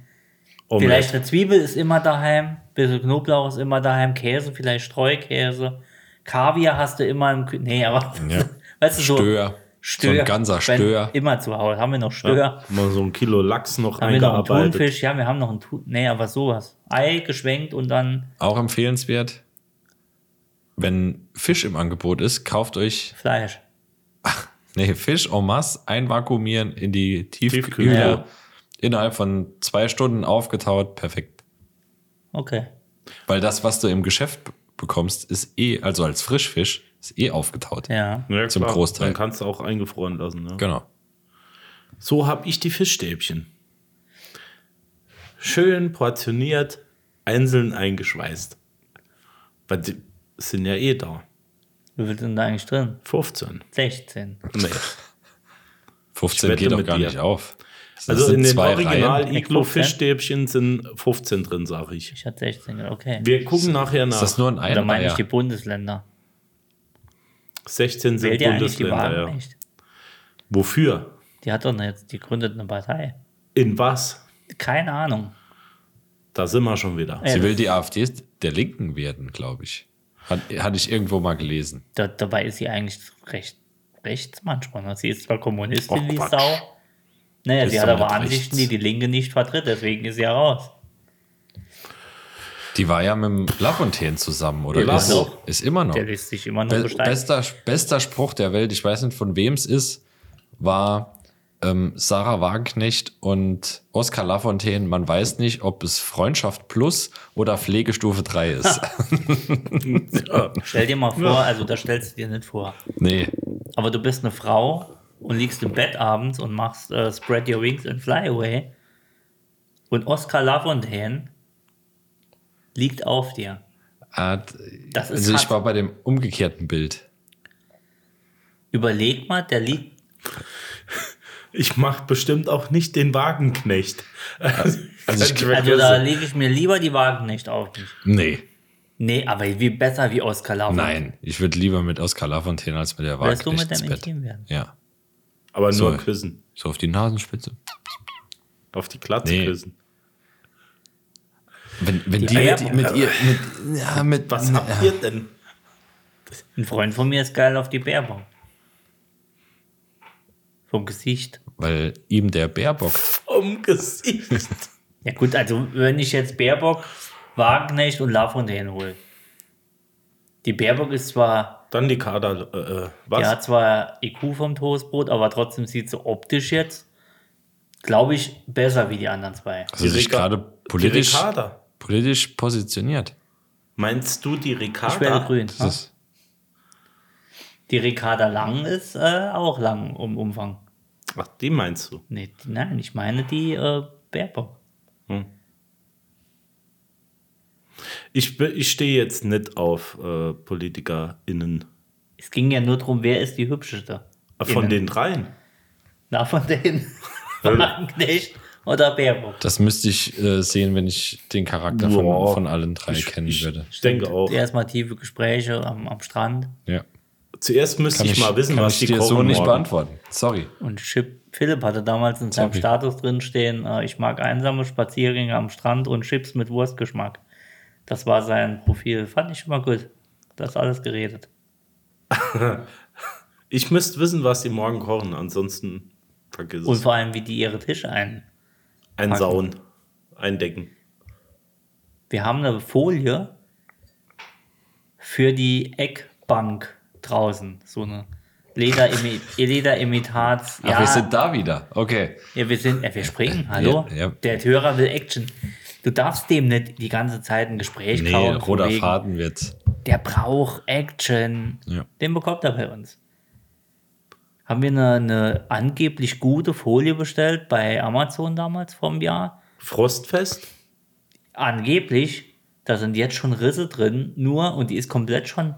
Speaker 1: Vielleicht eine Zwiebel ist immer daheim, bisschen Knoblauch ist immer daheim, Käse, vielleicht Streukäse. Kaviar hast du immer im Kü Nee, aber.
Speaker 3: Ja.
Speaker 1: *laughs* Weißt du, so.
Speaker 3: Stör. So ein ganzer
Speaker 1: Wenn-
Speaker 3: Stör.
Speaker 1: Immer zu Hause. Haben wir noch Stör?
Speaker 2: ja, ne? mal so ein Kilo Lachs noch
Speaker 1: Haben wir noch einen
Speaker 2: eingearbeitet.
Speaker 1: Thunfisch? Ja, wir haben noch einen Thun. Nee, aber sowas. Ei geschwenkt und dann
Speaker 3: Auch empfehlenswert, wenn Fisch im Angebot ist, kauft euch
Speaker 1: Fleisch.
Speaker 3: nee, Fisch en masse einvakuumieren in die Tiefkühle.
Speaker 2: Tiefkühle.
Speaker 1: Ja.
Speaker 3: Innerhalb von zwei Stunden aufgetaut, perfekt.
Speaker 1: Okay.
Speaker 3: Weil das, was du im Geschäft b- bekommst, ist eh, also als Frischfisch, ist eh aufgetaut.
Speaker 1: Ja.
Speaker 2: Ja,
Speaker 3: Zum
Speaker 2: klar.
Speaker 3: Großteil.
Speaker 2: Dann kannst du auch eingefroren lassen. ne? Ja.
Speaker 3: Genau.
Speaker 2: So habe ich die Fischstäbchen. Schön portioniert, einzeln eingeschweißt. Weil die sind ja eh da.
Speaker 1: Wie viel sind da eigentlich drin?
Speaker 2: 15.
Speaker 1: 16.
Speaker 2: Nee.
Speaker 3: 15
Speaker 2: wette
Speaker 3: geht doch
Speaker 2: mit
Speaker 3: gar
Speaker 2: dir.
Speaker 3: nicht auf. Das
Speaker 2: Also
Speaker 3: sind
Speaker 2: in den
Speaker 3: zwei Reihen.
Speaker 2: Original-Iglo-Fischstäbchen sind 15 drin, sag ich.
Speaker 1: Ich hatte 16, okay.
Speaker 2: Wir gucken nachher nach.
Speaker 3: Ist das nur ein Ei?
Speaker 1: Oder meine ich
Speaker 3: Eier?
Speaker 1: die Bundesländer?
Speaker 2: 16 sind
Speaker 1: Wählt ihr eigentlich die
Speaker 2: Bundesländer,
Speaker 1: Wagen
Speaker 2: ja.
Speaker 1: nicht?
Speaker 2: Wofür?
Speaker 1: Die hat doch jetzt, die gründet eine Partei.
Speaker 2: In was?
Speaker 1: Keine Ahnung.
Speaker 2: Da sind wir schon wieder.
Speaker 3: Sie will die AfD der Linken werden, glaube ich. Hat, hatte ich irgendwo mal gelesen.
Speaker 1: Da, dabei ist sie eigentlich recht rechts manchmal. ne? Sie ist zwar Kommunistin
Speaker 2: Och,
Speaker 1: wie
Speaker 2: Quatsch.
Speaker 1: Sau. Naja,
Speaker 2: Ist
Speaker 1: sie hat
Speaker 2: doch nicht
Speaker 1: aber Ansichten, die
Speaker 2: rechts.
Speaker 1: die Linke nicht vertritt, deswegen ist sie ja raus.
Speaker 3: Die war ja mit dem Lafontaine zusammen, oder?
Speaker 2: Die war
Speaker 3: ist,
Speaker 2: so.
Speaker 3: ist immer noch.
Speaker 1: Der lässt sich immer nur
Speaker 3: Be
Speaker 1: besteigen.
Speaker 3: bester, bester Spruch der Welt, ich weiß nicht, von wem es ist, war ähm, Sarah Wagenknecht und Oskar Lafontaine. Man weiß nicht, ob es Freundschaft plus oder Pflegestufe
Speaker 1: *laughs*
Speaker 3: 3 ist.
Speaker 1: Stell dir mal vor, also das stellst du dir nicht vor.
Speaker 3: nee,
Speaker 1: Aber du bist eine Frau und liegst im Bett abends und machst äh, Spread Your Wings and Fly Away. Und Oscar Lafontaine liegt auf dir.
Speaker 3: äh,
Speaker 1: Das ist
Speaker 3: also ich
Speaker 1: hart.
Speaker 3: war bei dem umgekehrten Bild.
Speaker 1: Überleg mal, der liegt.
Speaker 2: Ich mache bestimmt auch nicht den Wagenknecht. *laughs*
Speaker 3: Also ich,
Speaker 1: Also da lege ich mir lieber die Wagen nicht auf mich.
Speaker 3: nee,
Speaker 1: Nee, aber wie besser wie Oscar Lafontaine.
Speaker 3: nein, ich würde lieber mit Oskar Lafontaine als mit der
Speaker 1: Willst du
Speaker 3: Wagenknecht
Speaker 1: mit
Speaker 3: ins
Speaker 1: deinem
Speaker 3: Bett.
Speaker 1: Intim werden?
Speaker 3: Ja,
Speaker 2: Aber nur
Speaker 3: So.
Speaker 2: küssen.
Speaker 3: so auf die Nasenspitze.
Speaker 2: Auf die Klatze
Speaker 3: Nee.
Speaker 2: küssen.
Speaker 3: Wenn, wenn die,
Speaker 1: Eier-
Speaker 3: mit, mit ihr, mit, ja, mit,
Speaker 2: also Was habt ihr denn?
Speaker 1: Ein Freund von mir ist geil auf die Bärbock. Vom Gesicht.
Speaker 3: weil ihm der Bärbock
Speaker 2: Vom Gesicht.
Speaker 1: Ja gut, also wenn ich jetzt Baerbock, Wagenknecht und Lafontaine hole. Die Baerbock ist zwar,
Speaker 2: Dann die Kader. Äh, äh,
Speaker 1: die
Speaker 2: was?
Speaker 1: hat zwar IQ vom Toastbrot, aber trotzdem sieht sie optisch jetzt, glaube ich, besser wie die anderen zwei.
Speaker 3: also sich
Speaker 2: Rika-
Speaker 3: gerade
Speaker 2: Die
Speaker 3: politisch,
Speaker 2: Ricarda.
Speaker 3: politisch positioniert.
Speaker 2: Meinst du die
Speaker 1: Ich werde
Speaker 2: Ricarda?
Speaker 1: grün.
Speaker 3: Das
Speaker 1: ha?
Speaker 3: ist,
Speaker 1: Die Ricarda Lang ist äh, auch lang im Umfang.
Speaker 2: Ach, die meinst du.
Speaker 1: Nee, die, nein, ich meine die äh, Baerbock.
Speaker 2: Hm. Ich, be- ich stehe jetzt nicht auf äh, PolitikerInnen.
Speaker 1: Es ging ja nur darum, wer ist die hübscheste.
Speaker 2: Äh, Von
Speaker 1: Innen.
Speaker 2: den dreien.
Speaker 1: Na, von denen. *laughs* Wagenknecht oder Baerbock.
Speaker 3: Das müsste ich äh, sehen, wenn ich den Charakter
Speaker 2: Boah.
Speaker 3: von, von allen drei kennen
Speaker 2: ich,
Speaker 3: würde.
Speaker 2: ich denke auch.
Speaker 1: Erstmal tiefe Gespräche am, am Strand
Speaker 3: Ja.
Speaker 2: Zuerst müsste
Speaker 3: Kann
Speaker 2: ich, mal wissen,
Speaker 3: kann
Speaker 2: was
Speaker 3: ich
Speaker 2: die
Speaker 3: dir
Speaker 2: kochen
Speaker 3: so nicht
Speaker 2: morgen.
Speaker 3: beantworten. Sorry.
Speaker 1: und Chip. Philipp hatte damals in seinem
Speaker 3: Sorry.
Speaker 1: Status drinstehen, äh, ich mag einsame Spaziergänge am Strand und Chips mit Wurstgeschmack. Das war sein Profil. Fand ich immer gut. Das ist alles geredet.
Speaker 2: Ich müsste wissen, was die morgen kochen. Ansonsten vergiss
Speaker 1: Und
Speaker 2: es.
Speaker 1: vor allem, wie die ihre Tische ein.
Speaker 2: Einsauen. Eindecken.
Speaker 1: Wir haben eine Folie für die Eckbank draußen. So eine Lederimi *laughs* Lederimitats.
Speaker 3: Ach, wir sind da wieder. Okay.
Speaker 1: Ja, wir sind, äh, wir springen, hallo?
Speaker 3: Ja, ja.
Speaker 1: Der Hörer will Action. Du darfst dem nicht die ganze Zeit ein Gespräch
Speaker 3: Nee,
Speaker 1: kauen. von
Speaker 3: roter
Speaker 1: wegen,
Speaker 3: Faden wird.
Speaker 1: Der braucht Action.
Speaker 3: Ja.
Speaker 1: Den bekommt er bei uns. Haben wir eine, eine angeblich gute Folie bestellt bei Amazon damals vom Jahr?
Speaker 2: Frostfest?
Speaker 1: Angeblich, da sind jetzt schon Risse drin, nur und die ist komplett schon,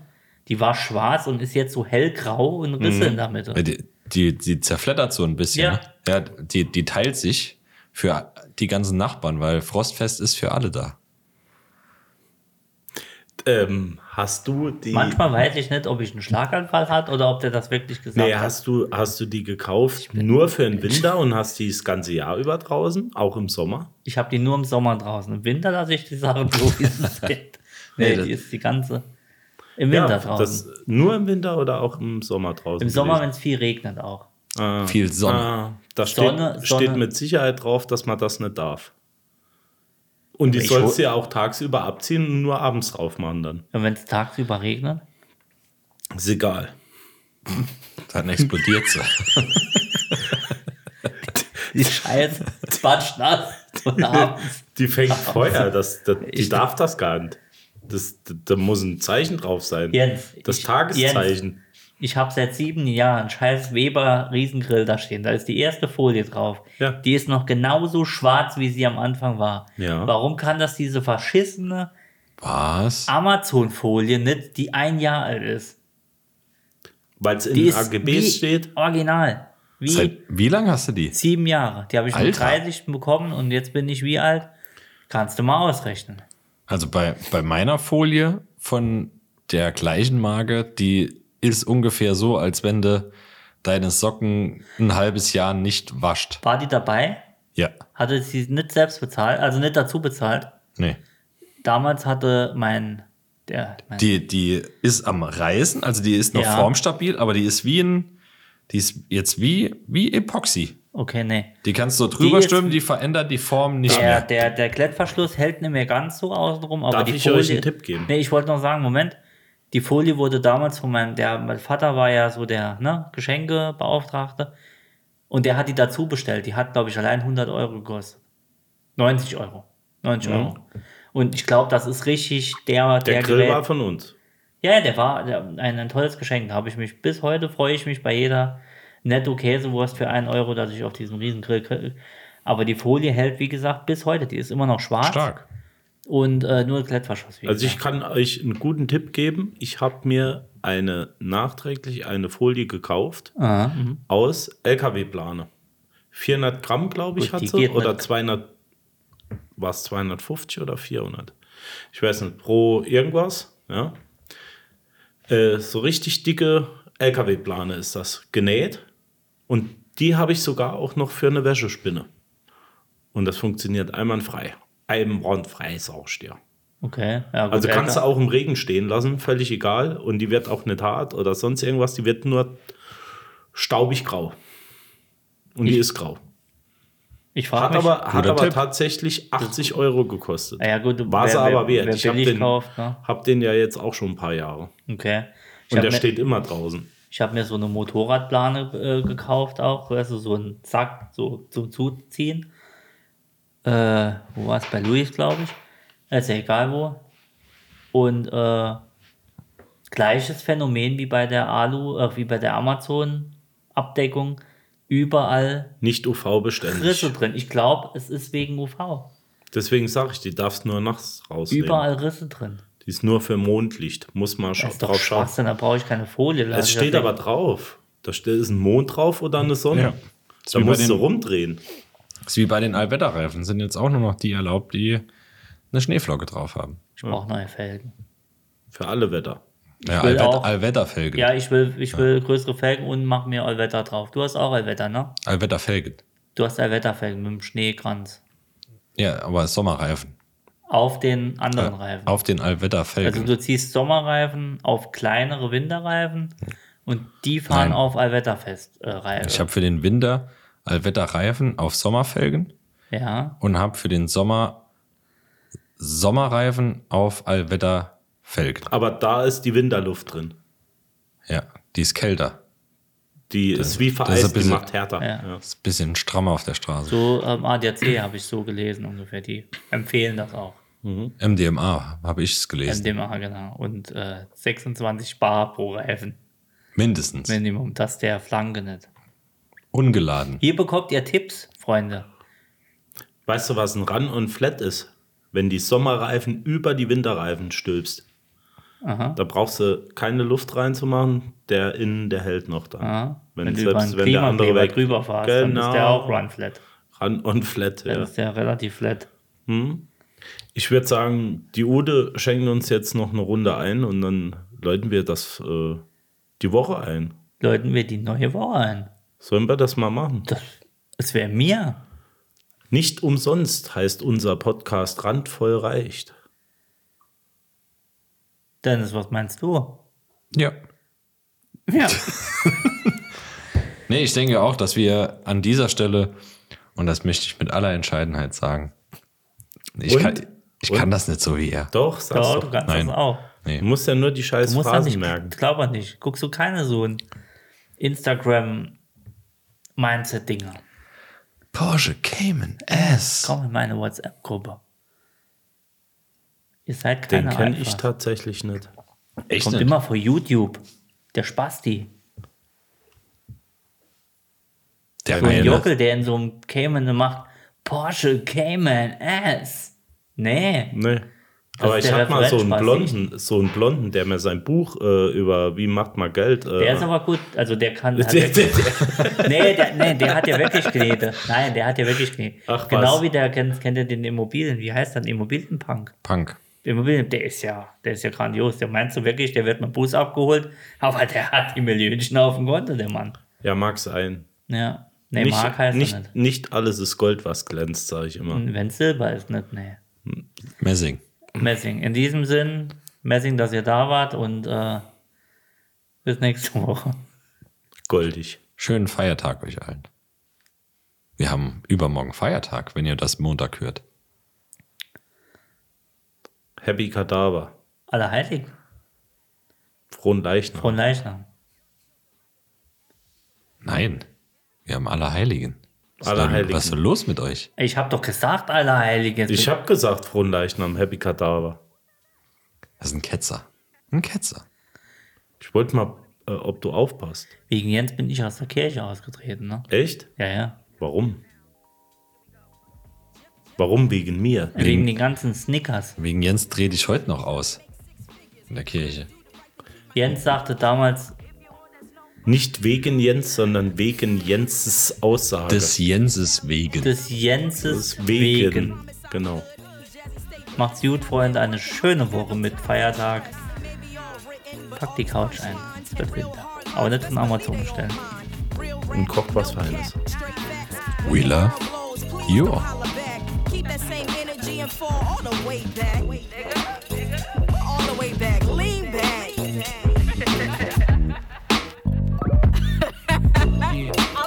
Speaker 1: die war schwarz und ist jetzt so hellgrau und Risse in der Mitte.
Speaker 3: Mhm. Äh, Die, die, die zerflattert so ein bisschen.
Speaker 1: Ja.
Speaker 3: Ne? ja die, die teilt sich für die ganzen Nachbarn, weil Frostfest ist für alle da.
Speaker 2: Ähm, hast du die.
Speaker 1: Manchmal weiß ich nicht, ob ich einen Schlaganfall hat oder ob der das wirklich gesagt
Speaker 2: Nee,
Speaker 1: hat.
Speaker 2: hast du, hast du die gekauft nur für den Winter und hast die das ganze Jahr über draußen, auch im Sommer?
Speaker 1: Ich habe die nur im Sommer draußen. Im Winter lasse ich die
Speaker 3: *laughs*
Speaker 1: Sachen so, wie sie sind. Nee,
Speaker 3: Nee, das-
Speaker 1: die ist die ganze. Im Winter draußen.
Speaker 2: Das, nur im Winter oder auch im Sommer draußen?
Speaker 1: Im Sommer, wenn es viel regnet auch.
Speaker 3: Viel Sonne.
Speaker 2: Ah, da steht,
Speaker 1: Sonne-
Speaker 2: steht
Speaker 1: Sonne-
Speaker 2: mit Sicherheit drauf, dass man das nicht darf. Und die
Speaker 1: Ich
Speaker 2: sollst
Speaker 1: hol-
Speaker 2: du ja auch tagsüber abziehen und nur abends drauf machen dann.
Speaker 1: Und wenn es tagsüber
Speaker 2: *laughs*
Speaker 1: regnet,
Speaker 2: Ist egal.
Speaker 1: Ah.
Speaker 3: Dann
Speaker 1: *laughs*
Speaker 3: explodiert sie.
Speaker 1: die Scheiße, batschnass ne? und abends.
Speaker 2: *laughs* Die fängt Feuer, das, das, die darf das gar nicht. Das, da, da muss ein Zeichen drauf sein.
Speaker 1: Jens,
Speaker 2: das
Speaker 1: ich-
Speaker 2: Tageszeichen.
Speaker 1: Ich habe seit sieben Jahren scheiß Weber Riesengrill da stehen. Da ist die erste Folie drauf.
Speaker 2: Ja.
Speaker 1: Die ist noch genauso schwarz, wie sie am Anfang war.
Speaker 2: Ja.
Speaker 1: Warum kann das diese verschissene
Speaker 3: Was?
Speaker 1: Ah, Amazon-Folie nicht, die ein Jahr alt ist?
Speaker 2: Weil es in
Speaker 1: Die
Speaker 2: den
Speaker 1: ist wie
Speaker 2: AGBs steht.
Speaker 1: Original. Wie
Speaker 3: Seit, wie lange hast du die?
Speaker 1: Sieben Jahre. Die habe ich mit
Speaker 3: Alter.
Speaker 1: 30 bekommen und jetzt bin ich wie alt? Kannst du mal ausrechnen.
Speaker 3: Also bei, bei meiner Folie von der gleichen Marke, die ist ungefähr so, als wenn du deine Socken ein halbes Jahr nicht wascht.
Speaker 1: War die dabei?
Speaker 3: Ja,
Speaker 1: Hatte sie nicht selbst bezahlt, also nicht dazu bezahlt.
Speaker 3: nee.
Speaker 1: Damals hatte mein, der, mein
Speaker 3: Die, die ist am Reißen, also die ist noch
Speaker 1: Ja.
Speaker 3: formstabil, aber die ist wie ein, die ist jetzt wie, wie Epoxy.
Speaker 1: okay, nee.
Speaker 3: Die kannst du drüber
Speaker 1: ist-
Speaker 3: stülpen, die verändert die Form nicht
Speaker 1: Der,
Speaker 3: mehr.
Speaker 1: der, der Klettverschluss hält nicht mehr ganz so außenrum, aber
Speaker 2: Darf
Speaker 1: die
Speaker 2: ich
Speaker 1: Folie.
Speaker 2: euch einen Tipp geben?
Speaker 1: Nee, ich wollte noch sagen, Moment. Die Folie wurde damals von meinem, der, mein Vater war ja so der ne, Geschenkebeauftragte und der hat die dazu bestellt. Die hat, glaube ich, allein 100 Euro gekostet. 90 Euro. 90 Euro. Und ich glaube, das ist richtig der,
Speaker 2: Mhm. Der,
Speaker 1: der,
Speaker 2: Grill
Speaker 1: Gerät.
Speaker 2: war von uns.
Speaker 1: Ja, ja, der war der, ein, ein tolles Geschenk. Da habe ich mich bis heute freue ich mich bei jeder netto Käsewurst für einen Euro, dass ich auf diesem Riesengrill. krieg. Aber die Folie hält, wie gesagt, bis heute. Die ist immer noch schwarz
Speaker 3: Stark.
Speaker 1: und äh, nur Klettverschluss. Wie
Speaker 2: Also ich
Speaker 1: gesagt.
Speaker 2: kann euch einen guten Tipp geben. Ich habe mir eine nachträglich eine Folie gekauft
Speaker 1: Ah.
Speaker 2: aus LKW-Plane. 400 Gramm, glaube ich,
Speaker 1: Gut,
Speaker 2: hat
Speaker 1: die
Speaker 2: sie.
Speaker 1: geht
Speaker 2: Oder
Speaker 1: nicht.
Speaker 2: 200, war es 250 oder 400? Ich weiß nicht, pro irgendwas. Ja. Äh, so richtig dicke LKW-Plane ist das, genäht. Und die habe ich sogar auch noch für eine Wäschespinne. Und das funktioniert einwandfrei. Einwandfrei, sagst du dir.
Speaker 1: okay. Ja, gut,
Speaker 2: Also kannst du
Speaker 1: Alter.
Speaker 2: auch im Regen stehen lassen, völlig egal. Und die wird auch nicht hart oder sonst irgendwas. Die wird nur staubig grau. Und die ist grau.
Speaker 1: Ich
Speaker 2: Hat
Speaker 1: frage mich.
Speaker 2: aber, hat
Speaker 3: Guter
Speaker 2: aber
Speaker 3: Tipp.
Speaker 2: tatsächlich 80 Euro gekostet.
Speaker 1: Ja, ja, gut,
Speaker 2: War sie
Speaker 1: wer-
Speaker 2: aber
Speaker 1: wer-
Speaker 2: wert.
Speaker 1: wer
Speaker 2: ich habe
Speaker 1: billig
Speaker 2: den,
Speaker 1: kauft, ne?
Speaker 2: hab den ja jetzt auch schon ein paar Jahre.
Speaker 1: okay. Ich ne-
Speaker 2: Und
Speaker 1: habe
Speaker 2: der
Speaker 1: mir,
Speaker 2: steht immer draußen.
Speaker 1: ich hab mir so eine Motorradplane äh, gekauft auch, weißt du, so einen Sack so, zum Zuziehen. Äh, wo war es? Bei Luis, glaube ich. Also egal wo. Und äh, gleiches Phänomen wie bei der Alu, äh, wie bei der Amazon-Abdeckung. Überall
Speaker 2: Nicht
Speaker 1: Risse
Speaker 2: UV-beständig.
Speaker 1: drin. Ich glaube, es ist wegen UV.
Speaker 2: Deswegen sage ich, die darfst nur nachts rausnehmen.
Speaker 1: Überall Risse drin.
Speaker 2: Die ist nur für Mondlicht. Muss man
Speaker 1: Das
Speaker 2: scha
Speaker 1: ist doch
Speaker 2: drauf schauen.
Speaker 1: Schwachsinn, da brauche ich keine Folie. lass
Speaker 2: Es
Speaker 1: ich
Speaker 2: steht
Speaker 1: das
Speaker 2: aber
Speaker 1: weg.
Speaker 2: drauf. Da steht, ist ein Mond drauf oder eine Sonne.
Speaker 3: Ja.
Speaker 2: Da
Speaker 3: Wie bei
Speaker 2: musst du
Speaker 3: den-
Speaker 2: rumdrehen.
Speaker 3: Ist wie bei den Allwetterreifen, sind jetzt auch nur noch die erlaubt, die eine Schneeflocke drauf haben.
Speaker 1: Ich brauche neue Felgen.
Speaker 2: Für alle Wetter.
Speaker 3: Ja,
Speaker 1: will
Speaker 3: Allwet
Speaker 1: auch-
Speaker 3: Allwetterfelgen.
Speaker 1: Ja, ich will, ich will größere Felgen und mach mir Allwetter drauf. Du hast auch Allwetter, ne?
Speaker 3: Allwetterfelgen.
Speaker 1: Du hast Allwetterfelgen mit dem Schneekranz.
Speaker 3: Ja, aber Sommerreifen.
Speaker 1: Auf den anderen Reifen.
Speaker 3: Auf den
Speaker 1: also
Speaker 3: Allwetterfelgen.
Speaker 1: du ziehst Sommerreifen auf kleinere Winterreifen und die fahren
Speaker 3: Nein.
Speaker 1: auf Allwetterfest-Reifen.
Speaker 3: ich habe für den Winter Allwetterreifen auf Sommerfelgen
Speaker 1: ja,
Speaker 3: und habe für den Sommer Sommerreifen auf Allwetterfelgen.
Speaker 2: Aber da ist die Winterluft drin.
Speaker 3: Ja, die ist kälter.
Speaker 2: Die ist wie
Speaker 3: das ist ein
Speaker 2: vereist, die
Speaker 3: bisschen-
Speaker 2: macht härter.
Speaker 1: Ja.
Speaker 2: Ja.
Speaker 3: Ist ein bisschen strammer auf der Straße.
Speaker 1: so ähm, ADAC habe ich so gelesen ungefähr. Die empfehlen das auch.
Speaker 3: MDMA habe ich es gelesen.
Speaker 1: MDMA, genau. Und äh, 26 Bar pro Reifen.
Speaker 3: Mindestens.
Speaker 1: Minimum, das der Flanke nicht.
Speaker 3: Ungeladen.
Speaker 1: Hier bekommt ihr Tipps, Freunde.
Speaker 2: Weißt du, was ein Run und Flat ist? Wenn die Sommerreifen über die Winterreifen stülpst. Da brauchst du keine Luft reinzumachen, der innen, der hält noch dann.
Speaker 1: Ja? Wenn,
Speaker 2: Wenn,
Speaker 1: du über
Speaker 2: selbst
Speaker 1: einen
Speaker 2: wenn der andere
Speaker 1: Klimakleber
Speaker 2: weg
Speaker 1: drüber fährst, dann
Speaker 2: Genau.
Speaker 1: ist der auch run flat.
Speaker 2: Run und Flat,
Speaker 1: Dann
Speaker 2: ja.
Speaker 1: ist der relativ flat.
Speaker 2: Ich würde sagen, die Ude schenken uns jetzt noch eine Runde ein und dann läuten wir das äh, die Woche ein.
Speaker 1: Läuten wir die neue Woche ein.
Speaker 2: Sollen wir das mal machen?
Speaker 1: Das, das wäre mir.
Speaker 2: Nicht umsonst heißt unser Podcast Randvoll reicht.
Speaker 1: Dennis, was meinst du?
Speaker 3: Ja.
Speaker 1: *laughs* Ja.
Speaker 3: Nee, ich denke auch, dass wir an dieser Stelle, und das möchte ich mit aller Entscheidenheit sagen, ich,
Speaker 2: Und?
Speaker 3: kann, ich
Speaker 2: Und?
Speaker 3: kann das nicht so wie er.
Speaker 2: Doch, sag's
Speaker 1: Doch,
Speaker 2: doch.
Speaker 1: du kannst
Speaker 3: Nein.
Speaker 1: das auch.
Speaker 2: Du musst ja nur die scheiß
Speaker 1: Du musst das
Speaker 2: Phrasen
Speaker 1: nicht merken.
Speaker 2: merken.
Speaker 1: Glaub an nicht. Guckst du keine so ein Instagram-Mindset-Dinger.
Speaker 3: Porsche Cayman S.
Speaker 1: Komm in meine WhatsApp-Gruppe. Ihr seid
Speaker 2: Den
Speaker 1: keine
Speaker 2: kenne ich
Speaker 1: Alphas.
Speaker 2: tatsächlich nicht.
Speaker 3: Echt
Speaker 1: Kommt
Speaker 3: nicht?
Speaker 1: immer vor YouTube. Der Spasti.
Speaker 3: Der
Speaker 1: So ein
Speaker 3: eine.
Speaker 1: Jockel, der in so einem Cayman macht, Porsche Cayman S. Nee.
Speaker 2: Nee. Aber
Speaker 1: ist
Speaker 2: ich
Speaker 1: der
Speaker 2: hab mal so einen
Speaker 1: Referenzspaß,
Speaker 2: Blonden, so einen Blonden, der mir sein Buch äh, über wie macht man Geld. Äh,
Speaker 1: Der ist aber gut. Also der
Speaker 2: *laughs*
Speaker 1: kann. Hat
Speaker 2: der, der,
Speaker 1: wirklich,
Speaker 2: der,
Speaker 1: nee, der, nee, der hat ja wirklich Knete. Nein, der hat ja wirklich Knete.
Speaker 2: Ach,
Speaker 1: genau
Speaker 2: was.
Speaker 1: wie der kennt, kennt er den Immobilien. Wie heißt dann Immobilienpunk?
Speaker 3: Punk.
Speaker 1: Immobilien, der ist ja, der ist ja grandios. Der meinst du wirklich, der wird mit dem Bus abgeholt, aber der hat die Millionchen auf dem Konto, der Mann.
Speaker 2: ja, mag sein.
Speaker 1: Ja. Nee,
Speaker 2: nicht,
Speaker 1: Mark heißt
Speaker 2: nicht,
Speaker 1: er nicht. Mhm.
Speaker 2: nicht alles ist Gold, was glänzt, sage ich immer.
Speaker 1: Wenn Silber ist, nicht, nee.
Speaker 3: Messing.
Speaker 1: Messing. In diesem Sinn, Messing, dass ihr da wart und äh, bis nächste Woche.
Speaker 2: Goldig.
Speaker 3: Schönen Feiertag euch allen. Wir haben übermorgen Feiertag, wenn ihr das Montag hört.
Speaker 2: Happy Kadaver.
Speaker 1: Allerheilig.
Speaker 2: Frohen Leichnam.
Speaker 1: Frohen Leichnam.
Speaker 3: Nein, wir haben Allerheiligen. Was ist denn-
Speaker 2: Allerheiligen.
Speaker 3: Was ist denn los mit euch?
Speaker 1: Ich habe doch gesagt, Allerheilig. Jetzt
Speaker 2: Ich habe gesagt Frohen Leichnam, Happy Kadaver.
Speaker 3: Das ist ein Ketzer. Ein Ketzer.
Speaker 2: Ich wollte mal, äh, ob du aufpasst.
Speaker 1: Wegen Jens bin ich aus der Kirche ausgetreten, ne?
Speaker 2: Echt?
Speaker 1: Ja, ja.
Speaker 2: Warum? Warum wegen mir?
Speaker 1: Wegen, den ganzen Snickers.
Speaker 3: Wegen Jens dreh dich heute noch aus. In der Kirche.
Speaker 1: Jens sagte damals,
Speaker 2: Nicht wegen Jens, sondern wegen Jenses Aussage.
Speaker 3: Des Jenses wegen.
Speaker 1: des Jenses
Speaker 2: wegen.
Speaker 1: wegen.
Speaker 2: Genau.
Speaker 1: Macht's gut, Freunde. Eine schöne Woche mit Feiertag. Pack die Couch ein. Es wird Winter. Aber nicht von Amazon bestellen.
Speaker 2: Und koch was Feines.
Speaker 3: We love you all.
Speaker 6: Keep that same energy and fall all the way back. All the way back. Lean back. *laughs* I'm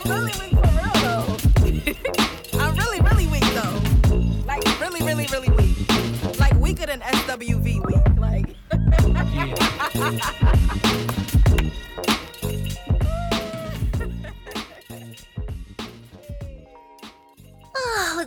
Speaker 6: really weak for real though. *laughs* I'm really, really weak though. Like really, really, really weak. Like weaker than SWV weak. Like.
Speaker 4: Oh,